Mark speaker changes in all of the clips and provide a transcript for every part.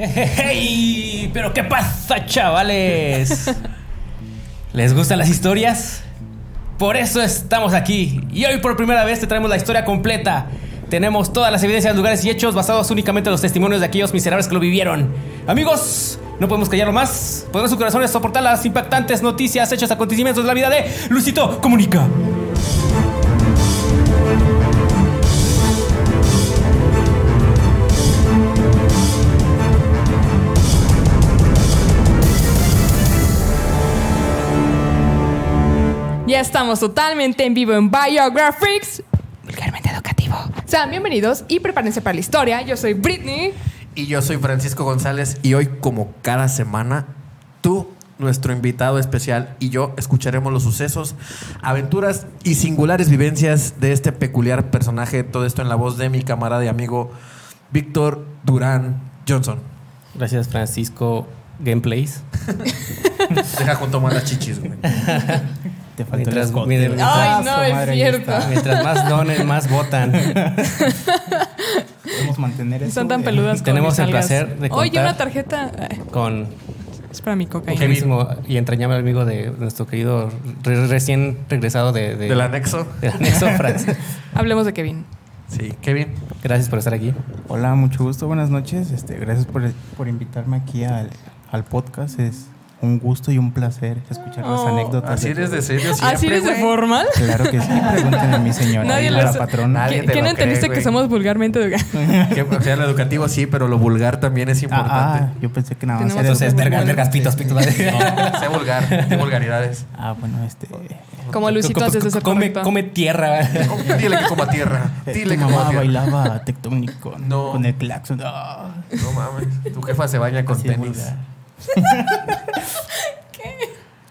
Speaker 1: ¡Hey! ¿Pero qué pasa, chavales? ¿Les gustan las historias? Por eso estamos aquí. Y hoy por primera vez te traemos la historia completa. Tenemos todas las evidencias, lugares y hechos basados únicamente en los testimonios de aquellos miserables que lo vivieron. Amigos, no podemos callarlo más. Podrán sus corazones soportar las impactantes noticias, hechos, acontecimientos de la vida de Luisito Comunica.
Speaker 2: Ya estamos totalmente en vivo en Biographics, vulgarmente educativo. Sean bienvenidos y prepárense para la historia. Yo soy Britney.
Speaker 3: Y yo soy Francisco González y hoy, como cada semana, tú, nuestro invitado especial, y yo escucharemos los sucesos, aventuras y singulares vivencias de este peculiar personaje. Todo esto en la voz de mi camarada y amigo Víctor Durán Johnson.
Speaker 1: Gracias, Francisco. Gameplays.
Speaker 3: Deja con tomar las chichis, güey.
Speaker 4: Te faltó el
Speaker 1: Mientras,
Speaker 4: escote.
Speaker 1: mientras-
Speaker 2: Ay, no,
Speaker 4: Su
Speaker 2: es
Speaker 4: madre, ahí
Speaker 2: cierto.
Speaker 4: está.
Speaker 1: mientras más donen, más votan.
Speaker 4: Podemos mantener eso.
Speaker 2: Están tan
Speaker 4: eh.
Speaker 2: peludas. como
Speaker 1: Tenemos
Speaker 2: mis
Speaker 1: el
Speaker 2: nalgas.
Speaker 1: placer de
Speaker 2: Oye,
Speaker 1: contar-
Speaker 2: una tarjeta. Ay,
Speaker 1: Con
Speaker 2: Es para mi cocaína.
Speaker 1: el mismo y entrañable amigo de nuestro querido re- recién regresado de, de-
Speaker 3: Del anexo.
Speaker 1: del anexo, Franz.
Speaker 2: Hablemos de Kevin.
Speaker 3: Sí, Kevin.
Speaker 1: Gracias por estar aquí.
Speaker 4: Hola, mucho gusto, buenas noches. Este, gracias por, por invitarme aquí al, al podcast. Es un gusto y un placer escuchar las
Speaker 2: Oh.
Speaker 4: anécdotas.
Speaker 3: Así eres de
Speaker 4: todos.
Speaker 3: serio siempre,
Speaker 2: ¿Así eres de
Speaker 3: güey.
Speaker 2: formal?
Speaker 4: Claro que sí, pregúntenle a mi señora,
Speaker 2: Nadie
Speaker 4: y a la
Speaker 2: les-
Speaker 4: patrona.
Speaker 3: Nadie
Speaker 2: ¿Qué,
Speaker 3: te
Speaker 2: qué
Speaker 3: lo
Speaker 2: no
Speaker 3: cree,
Speaker 2: entendiste
Speaker 3: güey.
Speaker 2: que somos vulgarmente educados?
Speaker 3: Que, o sea, lo educativo sí, pero lo vulgar también es
Speaker 4: Ah, ah, ah.
Speaker 3: importante.
Speaker 4: yo pensé que nada más
Speaker 2: Tenemos
Speaker 4: era-
Speaker 2: Entonces, vergas, vergas,
Speaker 1: pitos, pitos.
Speaker 3: este, No, sé vulgar, de vulgaridades.
Speaker 4: Ah, bueno, este.
Speaker 2: Como Luisito haces eso
Speaker 1: come,
Speaker 2: correcto.
Speaker 1: come tierra.
Speaker 3: Dile que coma tierra.
Speaker 4: eh,
Speaker 3: Dile
Speaker 4: tu
Speaker 3: que coma
Speaker 4: mamá
Speaker 3: tierra.
Speaker 4: bailaba tectónico
Speaker 3: No.
Speaker 4: con el claxon. Ah,
Speaker 3: No mames. Tu jefa se baña con
Speaker 4: así de
Speaker 3: tenis.
Speaker 4: vulgar.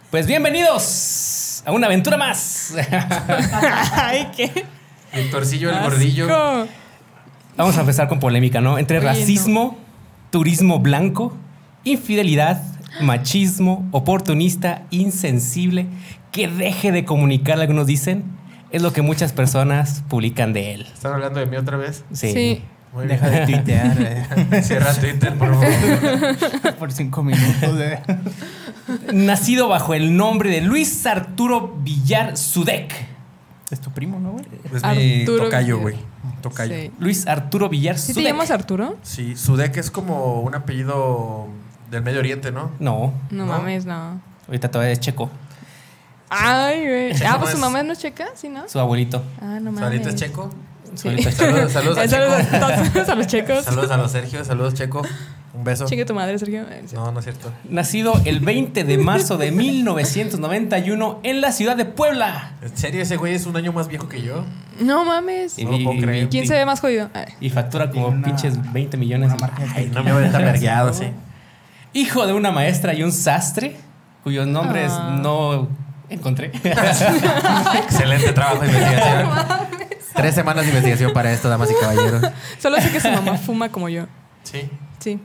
Speaker 1: Pues bienvenidos a una aventura más.
Speaker 2: Ay, qué.
Speaker 3: Víctorcillo el gordillo.
Speaker 2: asco.
Speaker 1: Vamos a empezar con polémica, ¿no? Entre
Speaker 2: Oye,
Speaker 1: racismo, turismo blanco, infidelidad, machismo, oportunista, insensible, que deje de comunicar, algunos dicen, es lo que muchas personas publican de él.
Speaker 3: ¿Están hablando de mí otra vez?
Speaker 1: Sí.
Speaker 2: sí.
Speaker 3: Muy
Speaker 4: Deja de tuitear eh,
Speaker 3: bien. Cierra Twitter, por favor.
Speaker 4: por cinco minutos. eh.
Speaker 1: Nacido bajo el nombre de Luis Arturo Villar Sudek.
Speaker 4: Es tu primo, ¿no, güey?
Speaker 3: Es mi
Speaker 2: Arturo
Speaker 3: tocayo, güey.
Speaker 2: Guillermo.
Speaker 3: Tocayo.
Speaker 2: Sí.
Speaker 1: Luis Arturo Villar
Speaker 2: ¿Sí te
Speaker 1: Sudek.
Speaker 2: llamas Arturo?
Speaker 3: Sí, Sudek es como un apellido del Medio Oriente, ¿no?
Speaker 1: No,
Speaker 2: No,
Speaker 3: No.
Speaker 2: mames, no.
Speaker 1: ahorita todavía es checo,
Speaker 2: Ay, güey.
Speaker 3: Checo
Speaker 2: Ah,
Speaker 3: no
Speaker 2: pues su
Speaker 3: es-
Speaker 2: mamá no es checa, ¿sí, no?
Speaker 1: su abuelito.
Speaker 2: Ah, no mames.
Speaker 3: Saluditos, Checo.
Speaker 1: Su abuelito es checo.
Speaker 3: Saludos, saludos a
Speaker 2: Eh, saludos,
Speaker 3: Checo.
Speaker 2: saludos a los checos.
Speaker 3: Saludos a los Sergio. Saludos, Checo. Un beso.
Speaker 2: Chingue tu madre, Sergio.
Speaker 3: No, no es cierto.
Speaker 1: Nacido el 20 de marzo de 1991 en la ciudad de Puebla.
Speaker 3: ¿En serio ese güey es un año más viejo que yo?
Speaker 2: No mames.
Speaker 3: No lo puedo creer.
Speaker 2: ¿Quién se ve más jodido? Ay.
Speaker 1: Y factura como
Speaker 4: Tiene una-
Speaker 1: pinches 20 millones.
Speaker 4: una margen
Speaker 3: Ay, no me voy a estar vergueado, sí.
Speaker 1: Hijo de una maestra y un sastre, cuyos nombres
Speaker 2: Ah.
Speaker 1: no encontré.
Speaker 3: Excelente trabajo de investigación. Tres semanas de investigación para esto, damas y caballeros.
Speaker 2: Solo sé que su mamá fuma como yo.
Speaker 3: Sí.
Speaker 2: Sí.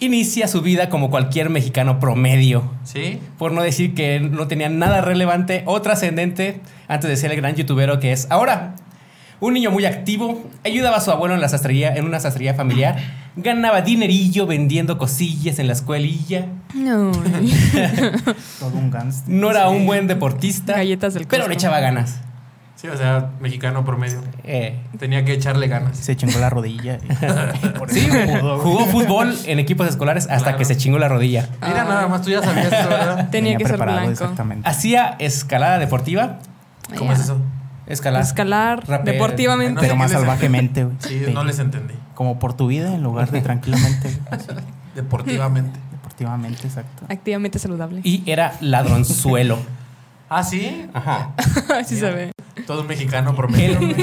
Speaker 1: Inicia su vida como cualquier mexicano promedio.
Speaker 3: Sí.
Speaker 1: Por no decir que no tenía nada relevante o trascendente antes de ser el gran youtubero que es ahora. Un niño muy activo, ayudaba a su abuelo en, la sastrería, en una sastrería familiar, ganaba dinerillo vendiendo cosillas en la escuelilla.
Speaker 2: No.
Speaker 4: Todo un gangster.
Speaker 1: No era un buen deportista,
Speaker 2: Galletas del
Speaker 1: pero le
Speaker 2: Costco.
Speaker 1: echaba ganas.
Speaker 3: Sí, o sea, mexicano promedio.
Speaker 1: Eh,
Speaker 3: Tenía que echarle ganas.
Speaker 4: Se chingó la rodilla. y- por
Speaker 1: Sí,
Speaker 4: eso no pudo, güey.
Speaker 1: jugó fútbol en equipos escolares hasta
Speaker 3: Claro.
Speaker 1: que se chingó la rodilla.
Speaker 3: Mira, nada más tú ya sabías eso, ¿verdad?
Speaker 2: Tenía que ser
Speaker 4: preparado,
Speaker 2: blanco.
Speaker 4: Exactamente.
Speaker 1: Hacía escalada deportiva.
Speaker 3: ¿Cómo es eso?
Speaker 1: Escalada.
Speaker 2: Escalar
Speaker 1: Rapel.
Speaker 2: deportivamente.
Speaker 3: No sé
Speaker 4: pero más
Speaker 3: quién les-
Speaker 4: salvajemente, güey.
Speaker 3: Sí,
Speaker 4: Sí.
Speaker 3: no les entendí.
Speaker 4: Como por tu vida en lugar de tranquilamente. güey. Así,
Speaker 3: Deportivamente.
Speaker 4: deportivamente, exacto.
Speaker 2: Activamente saludable.
Speaker 1: y era ladronzuelo.
Speaker 3: Ah, sí.
Speaker 1: Ajá.
Speaker 2: Así se ve.
Speaker 3: Todo un mexicano promedio.
Speaker 1: Él,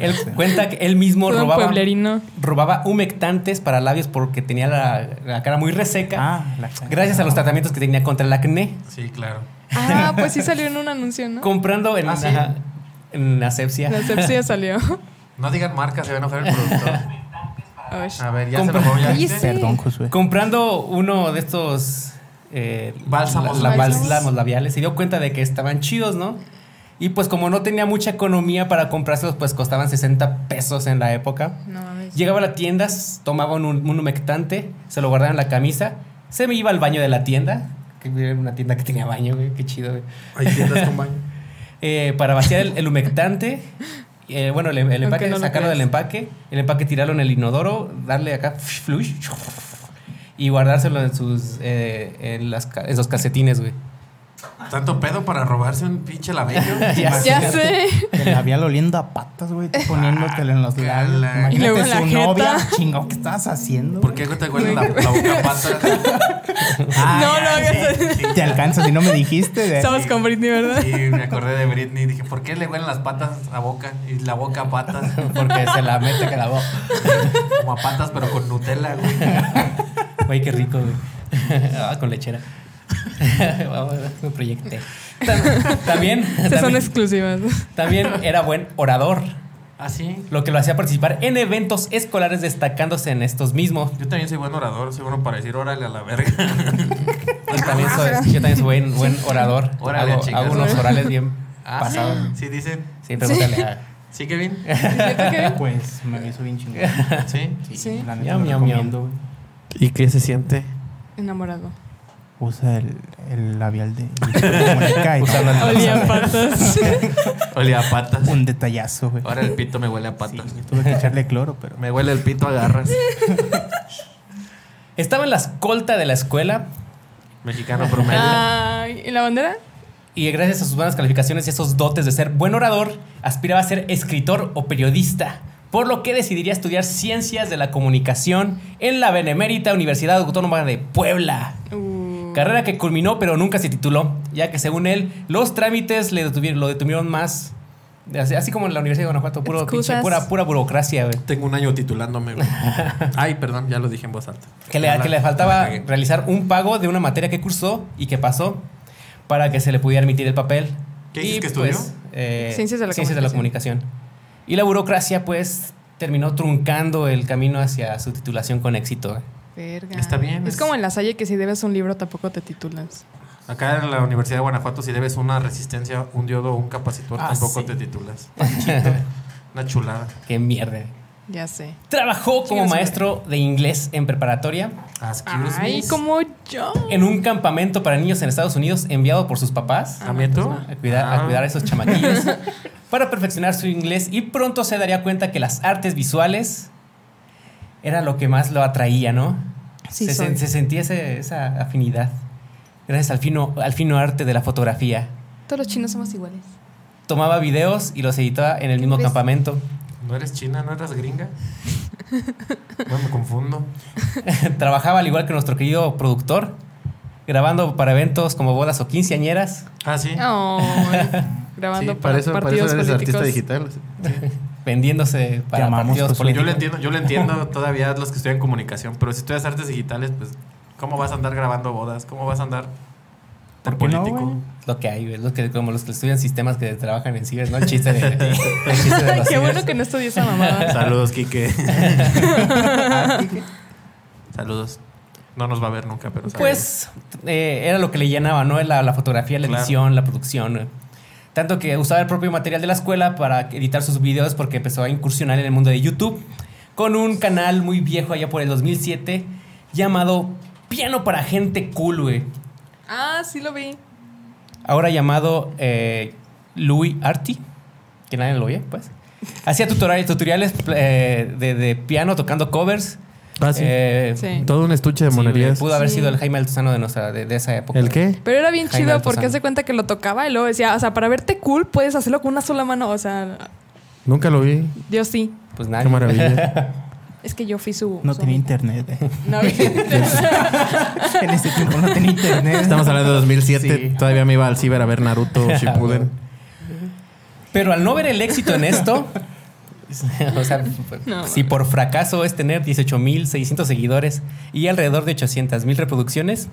Speaker 1: él cuenta que él mismo
Speaker 2: Todo un
Speaker 1: robaba,
Speaker 2: pueblerino.
Speaker 1: robaba humectantes para labios porque tenía la, la cara muy reseca.
Speaker 4: Ah, la cara.
Speaker 1: Gracias a los tratamientos que tenía contra el acné.
Speaker 3: Sí, claro.
Speaker 2: Ah, pues sí salió en un anuncio, ¿no?
Speaker 1: Comprando en,
Speaker 3: Ah, sí.
Speaker 1: ajá, en asepsia.
Speaker 2: La sepsia salió.
Speaker 3: No digan marcas, se van a enojar el productor.
Speaker 2: Ay,
Speaker 3: A ver, ya
Speaker 1: Compra-
Speaker 3: se lo voy a
Speaker 2: Oye,
Speaker 3: decir.
Speaker 2: sí.
Speaker 4: Perdón, Josué.
Speaker 1: Comprando uno de estos eh,
Speaker 3: Bálsamos
Speaker 1: la- la-
Speaker 2: labiales.
Speaker 1: bálsamos labiales, se dio cuenta de que estaban chidos, ¿no? Y pues como no tenía mucha economía para comprárselos, pues costaban 60 pesos en la época.
Speaker 2: No mames. Ay, sí.
Speaker 1: Llegaba a las tiendas, tomaban un, un humectante, se lo guardaban en la camisa, se me iba al baño de la tienda, que era una tienda que tenía baño, güey, qué chido, güey.
Speaker 5: Hay tiendas con baño.
Speaker 1: Eh, para vaciar el, el humectante. eh, bueno, el, el empaque,
Speaker 2: no lo
Speaker 1: sacarlo
Speaker 2: creas.
Speaker 1: del empaque, el empaque tirarlo en el inodoro, darle acá flush y guardárselo en sus eh, en, las, ca- en sus calcetines, güey.
Speaker 5: Tanto pedo para robarse un pinche labello.
Speaker 1: Ya
Speaker 2: Ya sé.
Speaker 4: El labial oliendo a patas, güey, tú poniéndotelo en los labios.
Speaker 5: Cala.
Speaker 4: Imagínate
Speaker 2: Y luego en la
Speaker 4: su
Speaker 2: jeta.
Speaker 4: novia, chingado, ¿qué estabas haciendo?
Speaker 5: ¿Por qué te huele la, la boca pata? Ah,
Speaker 2: No,
Speaker 5: ya,
Speaker 2: no hagas
Speaker 5: sí, sí,
Speaker 4: Te alcanza si no me dijiste. de-
Speaker 2: Estamos con Britney, ¿verdad?
Speaker 5: Sí, me acordé de Britney. Dije, ¿por qué le huelen las patas a boca? Y la boca a patas.
Speaker 1: Porque se la mete que la boca.
Speaker 5: Como a patas, pero con Nutella, güey.
Speaker 1: Güey, qué rico, güey. Ah, con lechera. Vamos, me proyecté. Tam- También,
Speaker 2: Esas son
Speaker 1: también,
Speaker 2: exclusivas.
Speaker 1: también era buen orador,
Speaker 5: ¿Ah, sí?
Speaker 1: lo que lo hacía participar en eventos escolares destacándose en estos mismos.
Speaker 5: Yo también soy buen orador. Soy bueno para decir órale a la verga.
Speaker 1: Yo
Speaker 5: Ah,
Speaker 1: también soy, yo también soy buen, buen orador.
Speaker 5: Órale,
Speaker 1: hago,
Speaker 5: chicas.
Speaker 1: hago unos orales bien
Speaker 5: Ah,
Speaker 1: pasados.
Speaker 5: sí. Sí, dicen.
Speaker 1: Sí, pregúntale a...
Speaker 5: ¿Sí, Kevin?
Speaker 4: Pues me hizo bien chingado.
Speaker 5: Sí.
Speaker 2: Sí.
Speaker 4: La
Speaker 1: Miau,
Speaker 4: neta lo
Speaker 1: miau,
Speaker 4: recomiendo, güey.
Speaker 5: ¿Y qué se siente?
Speaker 2: Enamorado.
Speaker 4: Usa el, el labial de. Mónica y no,
Speaker 1: Usando el-
Speaker 2: Olía patas.
Speaker 5: Olía a patas.
Speaker 4: Un detallazo, güey.
Speaker 5: Ahora el pito me huele a
Speaker 4: Sí,
Speaker 5: patas.
Speaker 4: tuve que echarle cloro, pero.
Speaker 5: Me huele el pito a garras.
Speaker 1: Estaba en la escolta de la escuela
Speaker 5: Mexicano promedio.
Speaker 2: Ay, ¿Y la bandera?
Speaker 1: y gracias a sus buenas calificaciones y esos dotes de ser buen orador, aspiraba a ser escritor o periodista, por lo que decidiría estudiar ciencias de la comunicación en la Benemérita Universidad Autónoma de Puebla.
Speaker 2: Uh,
Speaker 1: Carrera que culminó pero nunca se tituló, ya que según él los trámites le detuvieron, lo detuvieron más, así, así como en la Universidad de Guanajuato, puro pinche-
Speaker 2: Excusas.
Speaker 1: pura, pura burocracia. güey.
Speaker 5: Tengo un año titulándome. güey. Ay, perdón, ya lo dije en voz alta.
Speaker 1: Que
Speaker 5: Ya
Speaker 1: le,
Speaker 5: la-
Speaker 1: que le
Speaker 5: ya la
Speaker 1: faltaba
Speaker 5: cagué.
Speaker 1: realizar un pago de una materia que cursó y que pasó para que se le pudiera emitir el papel.
Speaker 5: ¿Qué
Speaker 1: Y,
Speaker 5: dices que estudió?
Speaker 1: eh,
Speaker 2: Ciencias de la
Speaker 1: comunicación. Y la burocracia, pues, terminó truncando el camino hacia su titulación con éxito. eh.
Speaker 2: verga.
Speaker 5: Está bien,
Speaker 2: Es
Speaker 5: es-
Speaker 2: como en la Salle que si debes un libro tampoco te titulas.
Speaker 5: Acá en la Universidad de Guanajuato, si debes una resistencia, un diodo o un capacitor,
Speaker 1: Ah,
Speaker 5: tampoco
Speaker 1: sí.
Speaker 5: te titulas. Una chulada.
Speaker 1: Qué mierda.
Speaker 2: Ya sé.
Speaker 1: Trabajó
Speaker 2: Chinga
Speaker 1: como
Speaker 2: su madre.
Speaker 1: maestro de inglés en preparatoria
Speaker 5: Excuse
Speaker 2: Ay,
Speaker 5: me.
Speaker 2: como yo.
Speaker 1: en un campamento para niños en Estados Unidos enviado por sus papás.
Speaker 5: ¿Amiento?
Speaker 1: a cuidar, a
Speaker 5: Ah.
Speaker 1: cuidar a esos chamaquillos para perfeccionar su inglés y pronto se daría cuenta que las artes visuales era lo que más lo atraía, ¿no?
Speaker 2: Sí,
Speaker 1: se,
Speaker 2: soy.
Speaker 1: se sentía ese- esa afinidad. Gracias al fino, al fino arte de la fotografía.
Speaker 2: Todos los chinos somos iguales.
Speaker 1: Tomaba videos y los editaba en el mismo
Speaker 2: ¿Ves?
Speaker 1: campamento.
Speaker 5: ¿No eres china? ¿No eres gringa? No me confundo.
Speaker 1: Trabajaba al igual que nuestro querido productor, grabando para eventos como bodas o quinceañeras.
Speaker 5: Ah, sí.
Speaker 3: Eh.
Speaker 2: Ay, grabando para, partidos políticos.
Speaker 3: digital.
Speaker 1: vendiéndose para
Speaker 4: Llamamos,
Speaker 1: partidos
Speaker 4: pues,
Speaker 5: Pues Yo
Speaker 1: políticos.
Speaker 5: lo entiendo, yo lo entiendo todavía los que estudian comunicación, pero si estudias artes digitales, pues, ¿cómo vas a andar grabando bodas? ¿Cómo vas a andar tan
Speaker 4: ¿Por qué no,
Speaker 5: político?
Speaker 4: güey?
Speaker 1: Lo que hay, güey, lo que, como los que estudian sistemas que trabajan en ciber, ¿no? El chiste de, el chiste de los
Speaker 2: Qué bueno
Speaker 1: cibers.
Speaker 2: que no estudié esa mamada.
Speaker 5: Saludos, Quique. Ah, Saludos. No nos va a ver nunca, pero saludos.
Speaker 1: Pues eh, era lo que le llenaba, ¿no? La, la fotografía, la
Speaker 5: Claro.
Speaker 1: edición, la producción. güey. Tanto que usaba el propio material de la escuela para editar sus videos porque empezó a incursionar en el mundo de YouTube con un canal muy viejo allá por el 2007 llamado Piano para Gente Cool, güey.
Speaker 2: Ah, sí lo vi.
Speaker 1: ahora llamado eh, Louis Arti, que nadie lo oye, pues. Hacía tutoriales, tutoriales eh, de, de piano tocando covers. Eh,
Speaker 2: Sí.
Speaker 3: Ah, Todo un estuche de
Speaker 1: sí,
Speaker 3: monerías.
Speaker 1: pudo haber
Speaker 2: Sí.
Speaker 1: sido el Jaime Altozano de, nuestra, de, de esa época.
Speaker 3: ¿El qué?
Speaker 2: Pero era bien
Speaker 1: Jaime
Speaker 2: chido
Speaker 1: Altozano.
Speaker 2: porque hace cuenta que lo tocaba y luego decía, o sea, para verte cool puedes hacerlo con una sola mano. O sea,
Speaker 3: Nunca lo vi.
Speaker 2: yo sí.
Speaker 1: Pues nadie.
Speaker 3: Qué maravilla.
Speaker 2: Es que yo fui su.
Speaker 4: No
Speaker 2: su
Speaker 4: tenía
Speaker 2: amiga.
Speaker 4: internet. eh.
Speaker 2: No había-
Speaker 4: En ese tiempo no tenía internet.
Speaker 3: Estamos hablando de 2007.
Speaker 1: Sí.
Speaker 3: Todavía me iba al ciber a ver Naruto Shippuden.
Speaker 1: Pero al no ver el éxito en esto, o sea,
Speaker 2: No.
Speaker 1: si por fracaso es tener 18.600 seguidores y alrededor de 800.000 reproducciones,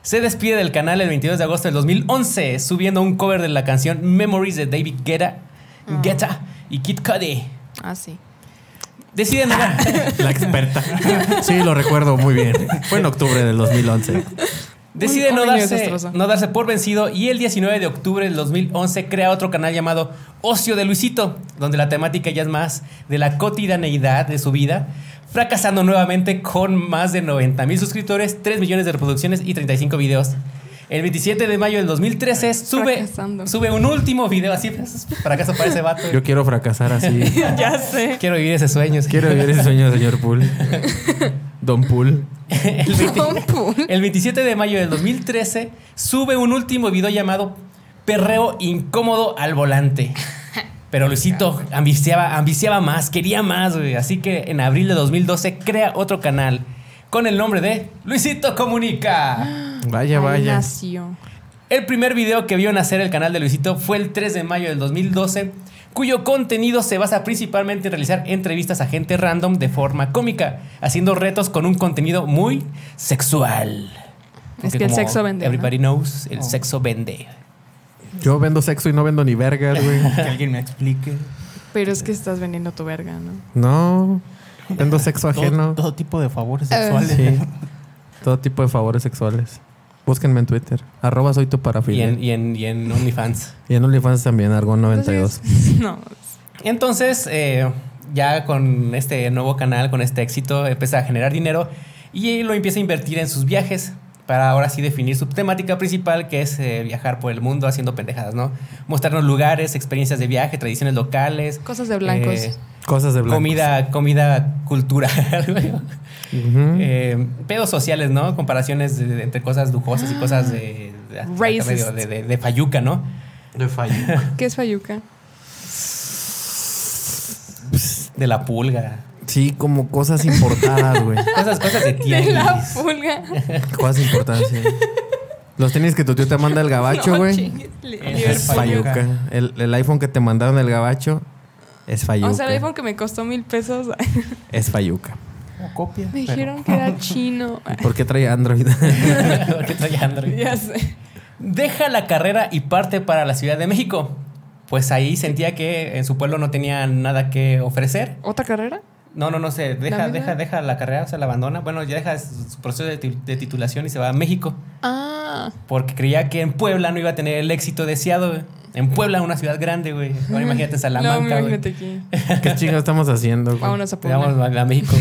Speaker 1: se despide del canal el 22 de agosto del 2011 subiendo un cover de la canción Memories de David Guetta, Guetta y Kid Cudi.
Speaker 2: ah, sí.
Speaker 1: Deciden
Speaker 3: La experta. Sí, lo recuerdo muy bien. Fue en octubre del 2011.
Speaker 1: Decide
Speaker 2: Un- un
Speaker 1: no,
Speaker 2: niño
Speaker 1: darse,
Speaker 2: desastroso.
Speaker 1: no darse por vencido y el 19 de octubre del 2011 crea otro canal llamado Ocio de Luisito, donde la temática ya es más de la cotidianeidad de su vida, fracasando nuevamente con más de 90 mil suscriptores, 3 millones de reproducciones y 35 videos. El 27 de mayo del 2013 sube,
Speaker 2: Fracasando.
Speaker 1: sube un último video así, fracaso para ese vato.
Speaker 3: Yo quiero fracasar así.
Speaker 2: ya sé.
Speaker 1: Quiero vivir ese sueño.
Speaker 3: Quiero vivir ese sueño, señor Pool. Don Pool.
Speaker 1: El 20
Speaker 2: Pum, pum.
Speaker 1: El 27 de mayo del 2013 sube un último video llamado Perreo incómodo al volante. Pero Luisito ambiciaba, ambiciaba más, quería más, güey. Así que en abril de 2012 crea otro canal con el nombre de Luisito Comunica.
Speaker 3: Vaya,
Speaker 2: Ahí
Speaker 3: vaya.
Speaker 2: nació.
Speaker 1: El primer video que vio nacer el canal de Luisito fue el 3 de mayo del 2012, cuyo contenido se basa principalmente en realizar entrevistas a gente random de forma cómica, haciendo retos con un contenido muy sexual.
Speaker 2: Es
Speaker 1: Porque
Speaker 2: que el
Speaker 1: como
Speaker 2: sexo vende. ¿no? Oh.
Speaker 1: Everybody knows, el sexo vende.
Speaker 3: Yo vendo sexo y no vendo ni vergas, güey.
Speaker 4: Que alguien me explique.
Speaker 2: Pero es que estás vendiendo tu verga, ¿no?
Speaker 3: No. Vendo sexo
Speaker 4: Todo,
Speaker 3: ajeno.
Speaker 4: todo tipo de favores
Speaker 2: Eh,
Speaker 4: sexuales.
Speaker 3: Sí. Todo tipo de favores sexuales. Búsquenme en Twitter. Arroba soy tu
Speaker 1: Y
Speaker 3: parafilio.
Speaker 1: en, y en- y en OnlyFans.
Speaker 3: Y en OnlyFans también, Argon92.
Speaker 2: Entonces, no.
Speaker 1: Entonces, eh, ya con este nuevo canal, con este éxito, empieza a generar dinero y lo empieza a invertir en sus viajes para ahora sí definir su temática principal, que es eh, viajar por el mundo haciendo pendejadas, ¿no? Mostrarnos lugares, experiencias de viaje, tradiciones locales.
Speaker 2: Cosas de blancos.
Speaker 1: eh,
Speaker 3: Cosas de blanco.
Speaker 1: comida, comida cultural, güey. Eh, pedos sociales, ¿no? Comparaciones de- de- entre cosas lujosas y cosas de, de- hasta
Speaker 2: Racist.
Speaker 1: medio de, de- de fayuca, ¿no?
Speaker 5: De fallo.
Speaker 2: ¿Qué es Fayuca?
Speaker 1: De la pulga.
Speaker 3: Sí, como cosas importadas, güey.
Speaker 1: Cosas, cosas de
Speaker 2: De la
Speaker 1: tianguis.
Speaker 2: pulga.
Speaker 3: Cosas importadas, sí. Los tenis que tu tío te manda el gabacho,
Speaker 2: No,
Speaker 3: güey.
Speaker 2: chingues, li-
Speaker 1: El
Speaker 3: Ah, es
Speaker 2: Liverpool.
Speaker 1: Fayuca.
Speaker 3: Fayuca. El, el iPhone que te mandaron el gabacho es Fayuca.
Speaker 2: O sea, el iPhone que me costó mil pesos.
Speaker 3: Es Fayuca.
Speaker 4: O copia.
Speaker 2: Me
Speaker 4: pero-
Speaker 2: dijeron que era chino.
Speaker 3: ¿Por qué trae Android?
Speaker 1: Porque soy Android.
Speaker 2: Ya sé.
Speaker 1: Deja la carrera y parte para la Ciudad de México. Pues ahí sentía que en su pueblo no tenía nada que ofrecer.
Speaker 2: ¿Otra carrera?
Speaker 1: No, no, no sé.
Speaker 2: ¿La
Speaker 1: Deja,
Speaker 2: misma?
Speaker 1: deja, deja la carrera, o sea, la abandona. Bueno, ya deja su su proceso de, ti- de titulación y se va a México.
Speaker 2: Ah.
Speaker 1: Porque creía que en Puebla no iba a tener el éxito deseado, güey. En Puebla, una ciudad grande, güey. Ahora imagínate
Speaker 2: no,
Speaker 1: Salamanca, güey.
Speaker 2: imagínate aquí.
Speaker 3: ¿Qué chingados estamos haciendo, güey?
Speaker 2: Vámonos a Puebla.
Speaker 1: Vamos a, a México.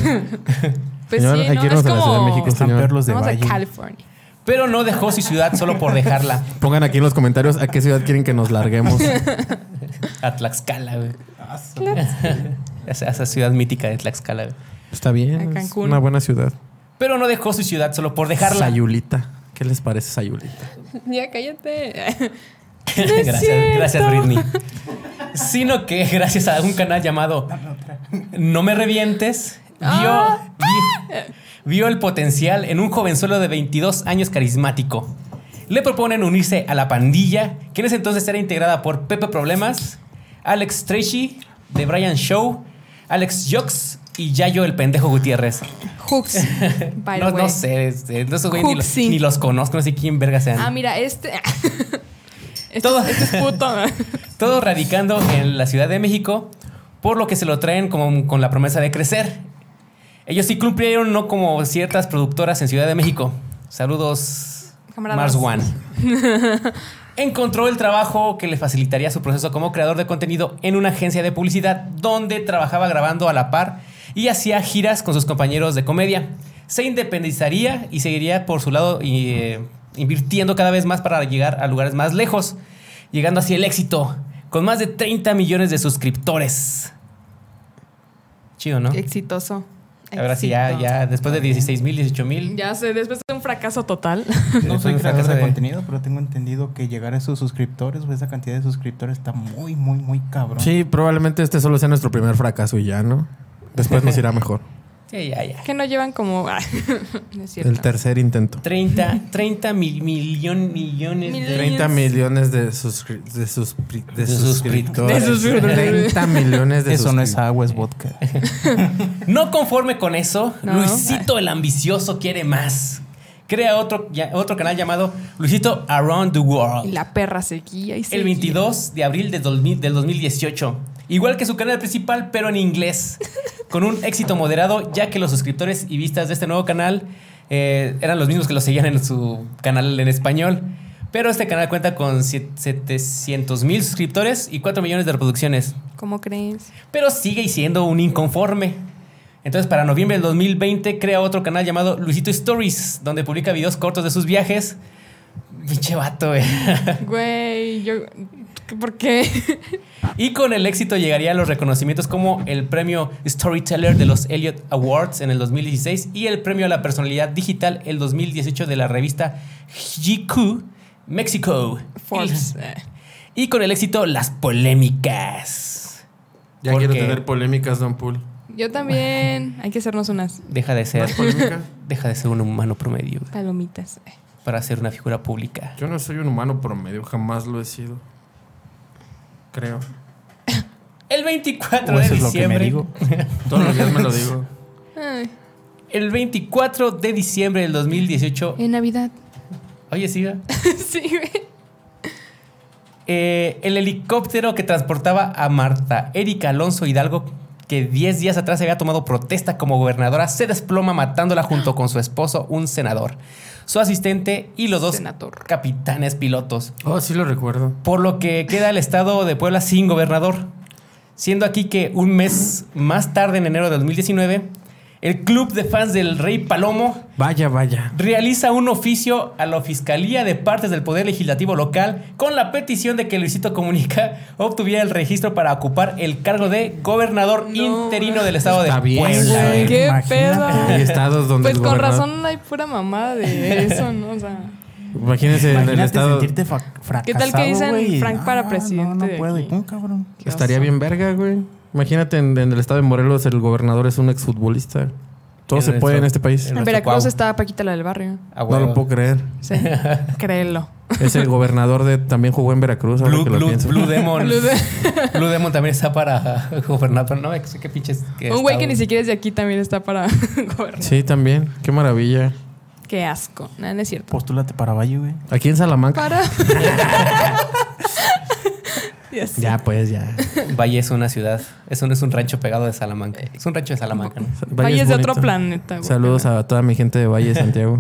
Speaker 2: Pues
Speaker 3: Señor,
Speaker 2: sí,
Speaker 3: hay que
Speaker 2: no, es
Speaker 3: irnos a la Ciudad de
Speaker 2: como...
Speaker 3: México.
Speaker 4: Están
Speaker 3: Señor.
Speaker 4: perlos de
Speaker 2: Vamos a
Speaker 4: valle.
Speaker 2: California.
Speaker 1: Pero no dejó su ciudad solo por dejarla.
Speaker 3: Pongan aquí en los comentarios a qué ciudad quieren que nos larguemos.
Speaker 1: A Tlaxcala, güey.
Speaker 4: Ah,
Speaker 1: Esa, esa ciudad mítica de Tlaxcala, güey.
Speaker 3: Está bien.
Speaker 2: A
Speaker 3: Es
Speaker 2: Cancún.
Speaker 3: una buena ciudad.
Speaker 1: Pero no dejó su ciudad solo por dejarla.
Speaker 3: Sayulita. ¿Qué les parece Sayulita?
Speaker 2: Ya, cállate.
Speaker 1: gracias,
Speaker 2: cierto.
Speaker 1: gracias, Britney. Sino que gracias a un canal llamado No me revientes, vio,
Speaker 2: Ah.
Speaker 1: vi- vio el potencial en un jovenzuelo de 22 años carismático. Le proponen unirse a la pandilla, que en ese entonces era integrada por Pepe Problemas, Alex Trachy, The Brian Show, Alex Jocks y Yayo el Pendejo Gutiérrez.
Speaker 2: Hooks. by the
Speaker 1: No, no
Speaker 2: way.
Speaker 1: sé, este, no sé, güey, ni, los,
Speaker 2: Juxi.
Speaker 1: ni los conozco, no sé quién verga sean.
Speaker 2: Ah, mira, este. este,
Speaker 1: Todo.
Speaker 2: este es puto.
Speaker 1: Todo radicando en la Ciudad de México, por lo que se lo traen como con la promesa de crecer. Ellos sí cumplieron, no como ciertas productoras en Ciudad de México. Saludos,
Speaker 2: Camaradas.
Speaker 1: Mars One. Encontró el trabajo que le facilitaría su proceso como creador de contenido en una agencia de publicidad donde trabajaba grabando a la par y hacía giras con sus compañeros de comedia. Se independizaría y seguiría por su lado y, eh, invirtiendo cada vez más para llegar a lugares más lejos, llegando así el éxito con más de 30 millones de suscriptores. Chido, ¿no?
Speaker 2: Exitoso.
Speaker 1: Ahora sí, ya,
Speaker 2: Éxito.
Speaker 1: ya después de 16 mil, 18 mil.
Speaker 2: Ya sé, después de un fracaso total.
Speaker 4: No soy
Speaker 1: Fue un
Speaker 4: creador
Speaker 1: fracaso
Speaker 4: de,
Speaker 1: de-
Speaker 4: contenido, pero tengo entendido que llegar a esos suscriptores o esa cantidad de suscriptores está muy, muy, muy cabrón.
Speaker 3: Sí, probablemente este solo sea nuestro primer fracaso y ya, ¿no? Después nos irá mejor.
Speaker 1: Sí, ya, ya.
Speaker 2: Que no llevan como. ah, no es cierto.
Speaker 3: El tercer intento.
Speaker 1: 30, 30 mil millón, millones
Speaker 2: Mil-
Speaker 1: de...
Speaker 3: 30 millones de, suscri- de, suspri- de
Speaker 1: De
Speaker 3: suscriptores.
Speaker 1: suscriptores.
Speaker 2: De suscriptores.
Speaker 3: 30 millones de
Speaker 4: Eso no es
Speaker 3: suscriptores.
Speaker 4: agua, es vodka.
Speaker 1: No conforme con eso,
Speaker 2: No.
Speaker 1: Luisito el ambicioso quiere más. Crea otro, ya- otro canal llamado Luisito Around the
Speaker 2: Y
Speaker 1: World.
Speaker 2: la perra seguía y seguía.
Speaker 1: El 22 de abril del, 2000 del 2018. Igual que su canal principal, pero en inglés. Con un éxito moderado, ya que los suscriptores y vistas de este nuevo canal eh, eran los mismos que los seguían en su canal en español. Pero este canal cuenta con 700 mil suscriptores y 4 millones de reproducciones.
Speaker 2: ¿Cómo crees?
Speaker 1: Pero sigue siendo un inconforme. Entonces, para noviembre del 2020, crea otro canal llamado Luisito Stories, donde publica videos cortos de sus viajes. Pinche vato, eh. güey.
Speaker 2: Güey, yo. ¿Por qué?
Speaker 1: Y con el éxito llegaría a los reconocimientos como el premio Storyteller de los Elliot Awards en el 2016 y el premio a la personalidad digital el 2018 de la revista GQ México.
Speaker 2: Forbes. eh.
Speaker 1: Y con el éxito las polémicas.
Speaker 3: Ya
Speaker 1: Porque
Speaker 3: quiero tener polémicas, Don Pool.
Speaker 2: Yo también. Hay que hacernos unas
Speaker 1: Deja de ser,
Speaker 3: ¿Más polémica?
Speaker 1: deja de ser un humano promedio güey,
Speaker 2: palomitas. eh.
Speaker 1: para ser una figura pública.
Speaker 3: Yo no soy un humano promedio, jamás lo he sido. Creo.
Speaker 1: El 24
Speaker 4: O
Speaker 1: de
Speaker 4: eso es lo que me
Speaker 1: diciembre.
Speaker 4: digo.
Speaker 3: Todos los días me lo digo.
Speaker 2: Ay,
Speaker 1: El 24 de diciembre del 2018.
Speaker 2: en Navidad.
Speaker 1: Oye, siga.
Speaker 2: sí, güey.
Speaker 1: Eh, el helicóptero que transportaba a Marta Erika Alonso Hidalgo, que 10 días atrás había tomado protesta como gobernadora, se desploma matándola junto con su esposo, un senador, su asistente y los dos
Speaker 2: Senador.
Speaker 1: capitanes pilotos.
Speaker 3: Oh, sí lo recuerdo.
Speaker 1: Por lo que queda el estado de Puebla sin gobernador. Siendo aquí que un mes más tarde, en enero de 2019, el club de fans del Rey Palomo
Speaker 3: Vaya, vaya.
Speaker 1: realiza un oficio a la Fiscalía de Partes del Poder Legislativo Local con la petición de que Luisito Comunica obtuviera el registro para ocupar el cargo de gobernador
Speaker 2: No. eh.
Speaker 1: interino del estado
Speaker 3: Está
Speaker 1: de
Speaker 3: bien,
Speaker 1: Puebla. Eh,
Speaker 2: Güey,
Speaker 1: güey.
Speaker 2: qué
Speaker 4: imagínate.
Speaker 2: pedo.
Speaker 3: Hay estados donde
Speaker 2: Pues
Speaker 3: el
Speaker 2: con
Speaker 3: gobernador-
Speaker 2: razón hay pura mamá de eso, ¿no? O sea,
Speaker 3: Imagínense en el
Speaker 4: Imagínate
Speaker 3: estado.
Speaker 4: sentirte fa- fracasado,
Speaker 2: ¿Qué tal que dicen
Speaker 4: güey?
Speaker 2: Frank para
Speaker 4: Ah,
Speaker 2: presidente
Speaker 4: No,
Speaker 2: de
Speaker 4: no puedo.
Speaker 2: aquí?
Speaker 4: Y pum, cabrón.
Speaker 2: qué
Speaker 3: Estaría
Speaker 2: oso.
Speaker 3: bien verga, güey. Imagínate en, en el estado de Morelos el gobernador es un exfutbolista. Todo
Speaker 1: Y
Speaker 3: se
Speaker 1: en
Speaker 3: puede
Speaker 1: eso-
Speaker 3: en este país.
Speaker 1: en
Speaker 2: En
Speaker 1: nuestro
Speaker 2: Veracruz
Speaker 1: Cuau.
Speaker 2: está Paquita la del barrio.
Speaker 1: Ah,
Speaker 3: No
Speaker 1: güey.
Speaker 3: lo puedo creer.
Speaker 2: Sí, créelo.
Speaker 3: Es el gobernador de también jugó en Veracruz. Ahora
Speaker 1: Blue,
Speaker 3: que lo
Speaker 1: Blue-
Speaker 3: pienso.
Speaker 1: Blue Demon.
Speaker 2: Blue de-
Speaker 1: Blue Demon también está para gobernar, pero no, qué pinches.
Speaker 2: Un güey que ni
Speaker 1: estado.
Speaker 2: siquiera es de aquí también está para gobernar.
Speaker 3: Sí, también. Qué maravilla.
Speaker 2: Qué asco. Nada, no es cierto.
Speaker 4: Postúlate para Valle, güey.
Speaker 3: Aquí en Salamanca.
Speaker 2: Para. Dios.
Speaker 3: Ya, pues, ya.
Speaker 1: Valle es una ciudad, es un, es un rancho pegado de Salamanca.
Speaker 2: Eh.
Speaker 1: Es un rancho de Salamanca, ¿no?
Speaker 2: Valles de otro
Speaker 3: bonito.
Speaker 2: planeta, güey.
Speaker 3: Saludos a toda mi gente de Valle de Santiago.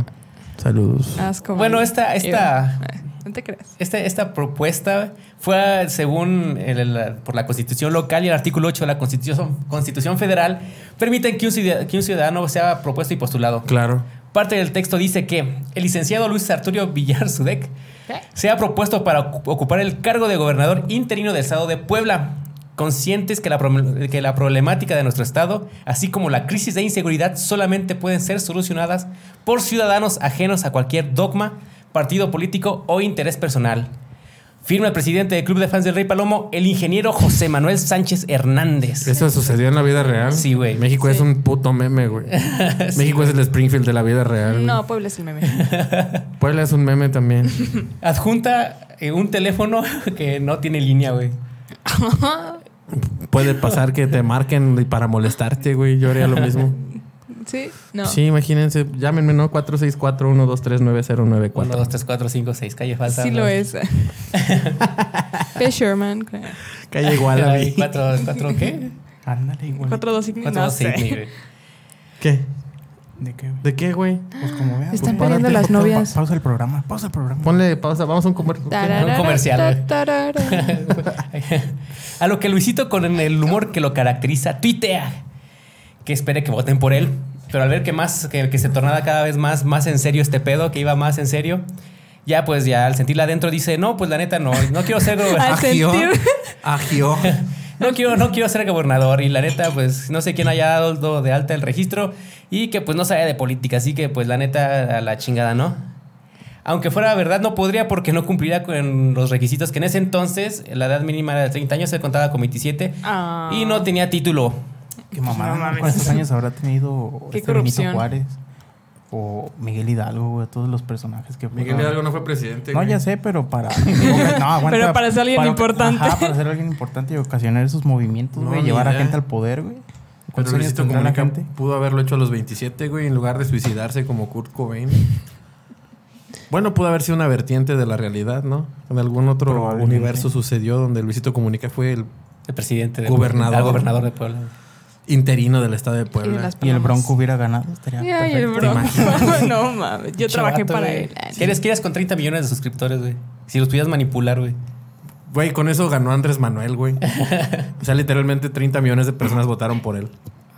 Speaker 3: Saludos.
Speaker 2: Asco.
Speaker 1: Bueno,
Speaker 2: vale.
Speaker 1: esta- esta-
Speaker 2: Eh, No te creas.
Speaker 1: Esta, esta propuesta fue según el- el- por la Constitución local y el artículo 8 de la Constitución, Constitución Federal permiten que un, ciudad- que un ciudadano sea propuesto y postulado.
Speaker 3: Claro.
Speaker 1: Parte del texto dice que el licenciado Luis Arturio Villar Sudec sea propuesto para ocu- ocupar el cargo de gobernador interino del estado de Puebla, conscientes que la, prom- que la problemática de nuestro estado, así como la crisis de inseguridad, solamente pueden ser solucionadas por ciudadanos ajenos a cualquier dogma, partido político o interés personal. Firma el presidente del Club de Fans del Rey Palomo, el ingeniero José Manuel Sánchez Hernández.
Speaker 3: Eso sucedió en la vida real.
Speaker 1: Sí, güey.
Speaker 3: México es un puto meme, güey. México es el Springfield de la vida real. güey.
Speaker 2: No, Puebla es el meme.
Speaker 3: Puebla es un meme también.
Speaker 1: Adjunta eh, un teléfono que no tiene línea, güey.
Speaker 3: Puede pasar que te marquen y para molestarte, güey. Yo haría lo mismo.
Speaker 2: ¿Sí? No.
Speaker 3: Sí, imagínense. Llámenme, ¿no?
Speaker 1: 1, 2,
Speaker 3: 464-123-9094.
Speaker 1: 3, 4, 5, 6. Calle Falta.
Speaker 2: Sí lo es. P. Sherman. creo.
Speaker 3: Calle igual a mí.
Speaker 1: 4, 4, ¿qué?
Speaker 4: Ándale, igual.
Speaker 2: 425.
Speaker 1: 4,
Speaker 2: No
Speaker 1: 2, 6,
Speaker 2: sé.
Speaker 1: güey.
Speaker 3: ¿Qué?
Speaker 4: ¿De qué, güey?
Speaker 3: ¿De qué, güey?
Speaker 4: Pues como veas.
Speaker 2: Están
Speaker 4: pues,
Speaker 2: perdiendo
Speaker 3: párate,
Speaker 2: las
Speaker 3: papá,
Speaker 4: pa-
Speaker 2: novias.
Speaker 4: pausa el programa. Pausa el programa.
Speaker 3: Ponle pausa. Vamos a un comercio.
Speaker 2: Tararara,
Speaker 1: comercial.
Speaker 2: tararara.
Speaker 1: A lo que Luisito, con el humor que lo caracteriza, tuitea que espere que voten por él. Pero al ver que más, que, que se tornaba cada vez más, más en serio este pedo, que iba más en serio, ya pues ya al sentirla adentro dice, no, pues la neta no, no quiero ser
Speaker 2: Al
Speaker 1: gobernador.
Speaker 2: sentir.
Speaker 5: Agió.
Speaker 1: No quiero, no quiero ser gobernador y la neta, pues no sé quién haya dado de alta el registro y que pues no sabe de política, así que pues la neta a la chingada, ¿no? Aunque fuera verdad, no podría porque no cumpliría con los requisitos que en ese entonces la edad mínima era de 30 años, se contaba con 27
Speaker 2: Ah.
Speaker 1: y no tenía título.
Speaker 4: Qué mamada.
Speaker 2: No
Speaker 4: ¿no?
Speaker 2: mames.
Speaker 4: ¿Cuántos años habrá tenido
Speaker 2: Qué
Speaker 4: este Benito
Speaker 2: corrupción.
Speaker 4: Juárez? O Miguel Hidalgo, güey. Todos los personajes que
Speaker 3: Miguel
Speaker 4: fueron.
Speaker 3: Hidalgo no fue presidente.
Speaker 4: No,
Speaker 3: güey.
Speaker 4: ya sé, pero para. no, aguanta,
Speaker 2: Pero para ser alguien importante.
Speaker 4: Ajá, para ser alguien importante y ocasionar esos movimientos,
Speaker 3: No,
Speaker 4: güey.
Speaker 3: ni
Speaker 4: llevar a
Speaker 3: idea.
Speaker 4: gente al poder, güey.
Speaker 3: Pero
Speaker 4: ¿Cuántos años
Speaker 3: Luisito
Speaker 4: tendrá la
Speaker 3: Comunica
Speaker 4: gente?
Speaker 3: pudo haberlo hecho a los 27, güey, en lugar de suicidarse como Kurt Cobain. Bueno, pudo haber sido una vertiente de la realidad, ¿no? En algún otro
Speaker 4: Probablemente.
Speaker 3: universo sucedió donde Luisito Comunica fue el...
Speaker 1: El presidente de
Speaker 3: Gobernador.
Speaker 1: al gobernador de Puebla.
Speaker 3: interino del estado de Puebla.
Speaker 2: de las
Speaker 4: Y el
Speaker 2: palomas.
Speaker 4: Bronco hubiera ganado, estaría
Speaker 2: Ay, el
Speaker 4: perfecto.
Speaker 2: bronco. no mames, yo trabajé
Speaker 1: Chavato,
Speaker 2: para
Speaker 1: güey.
Speaker 2: él. Ay,
Speaker 1: ¿Quieres, quieres con 30 millones de suscriptores, güey. Si los pudieras manipular, güey.
Speaker 3: Güey, con eso ganó Andrés Manuel, güey. O sea, literalmente 30 millones de personas votaron por él.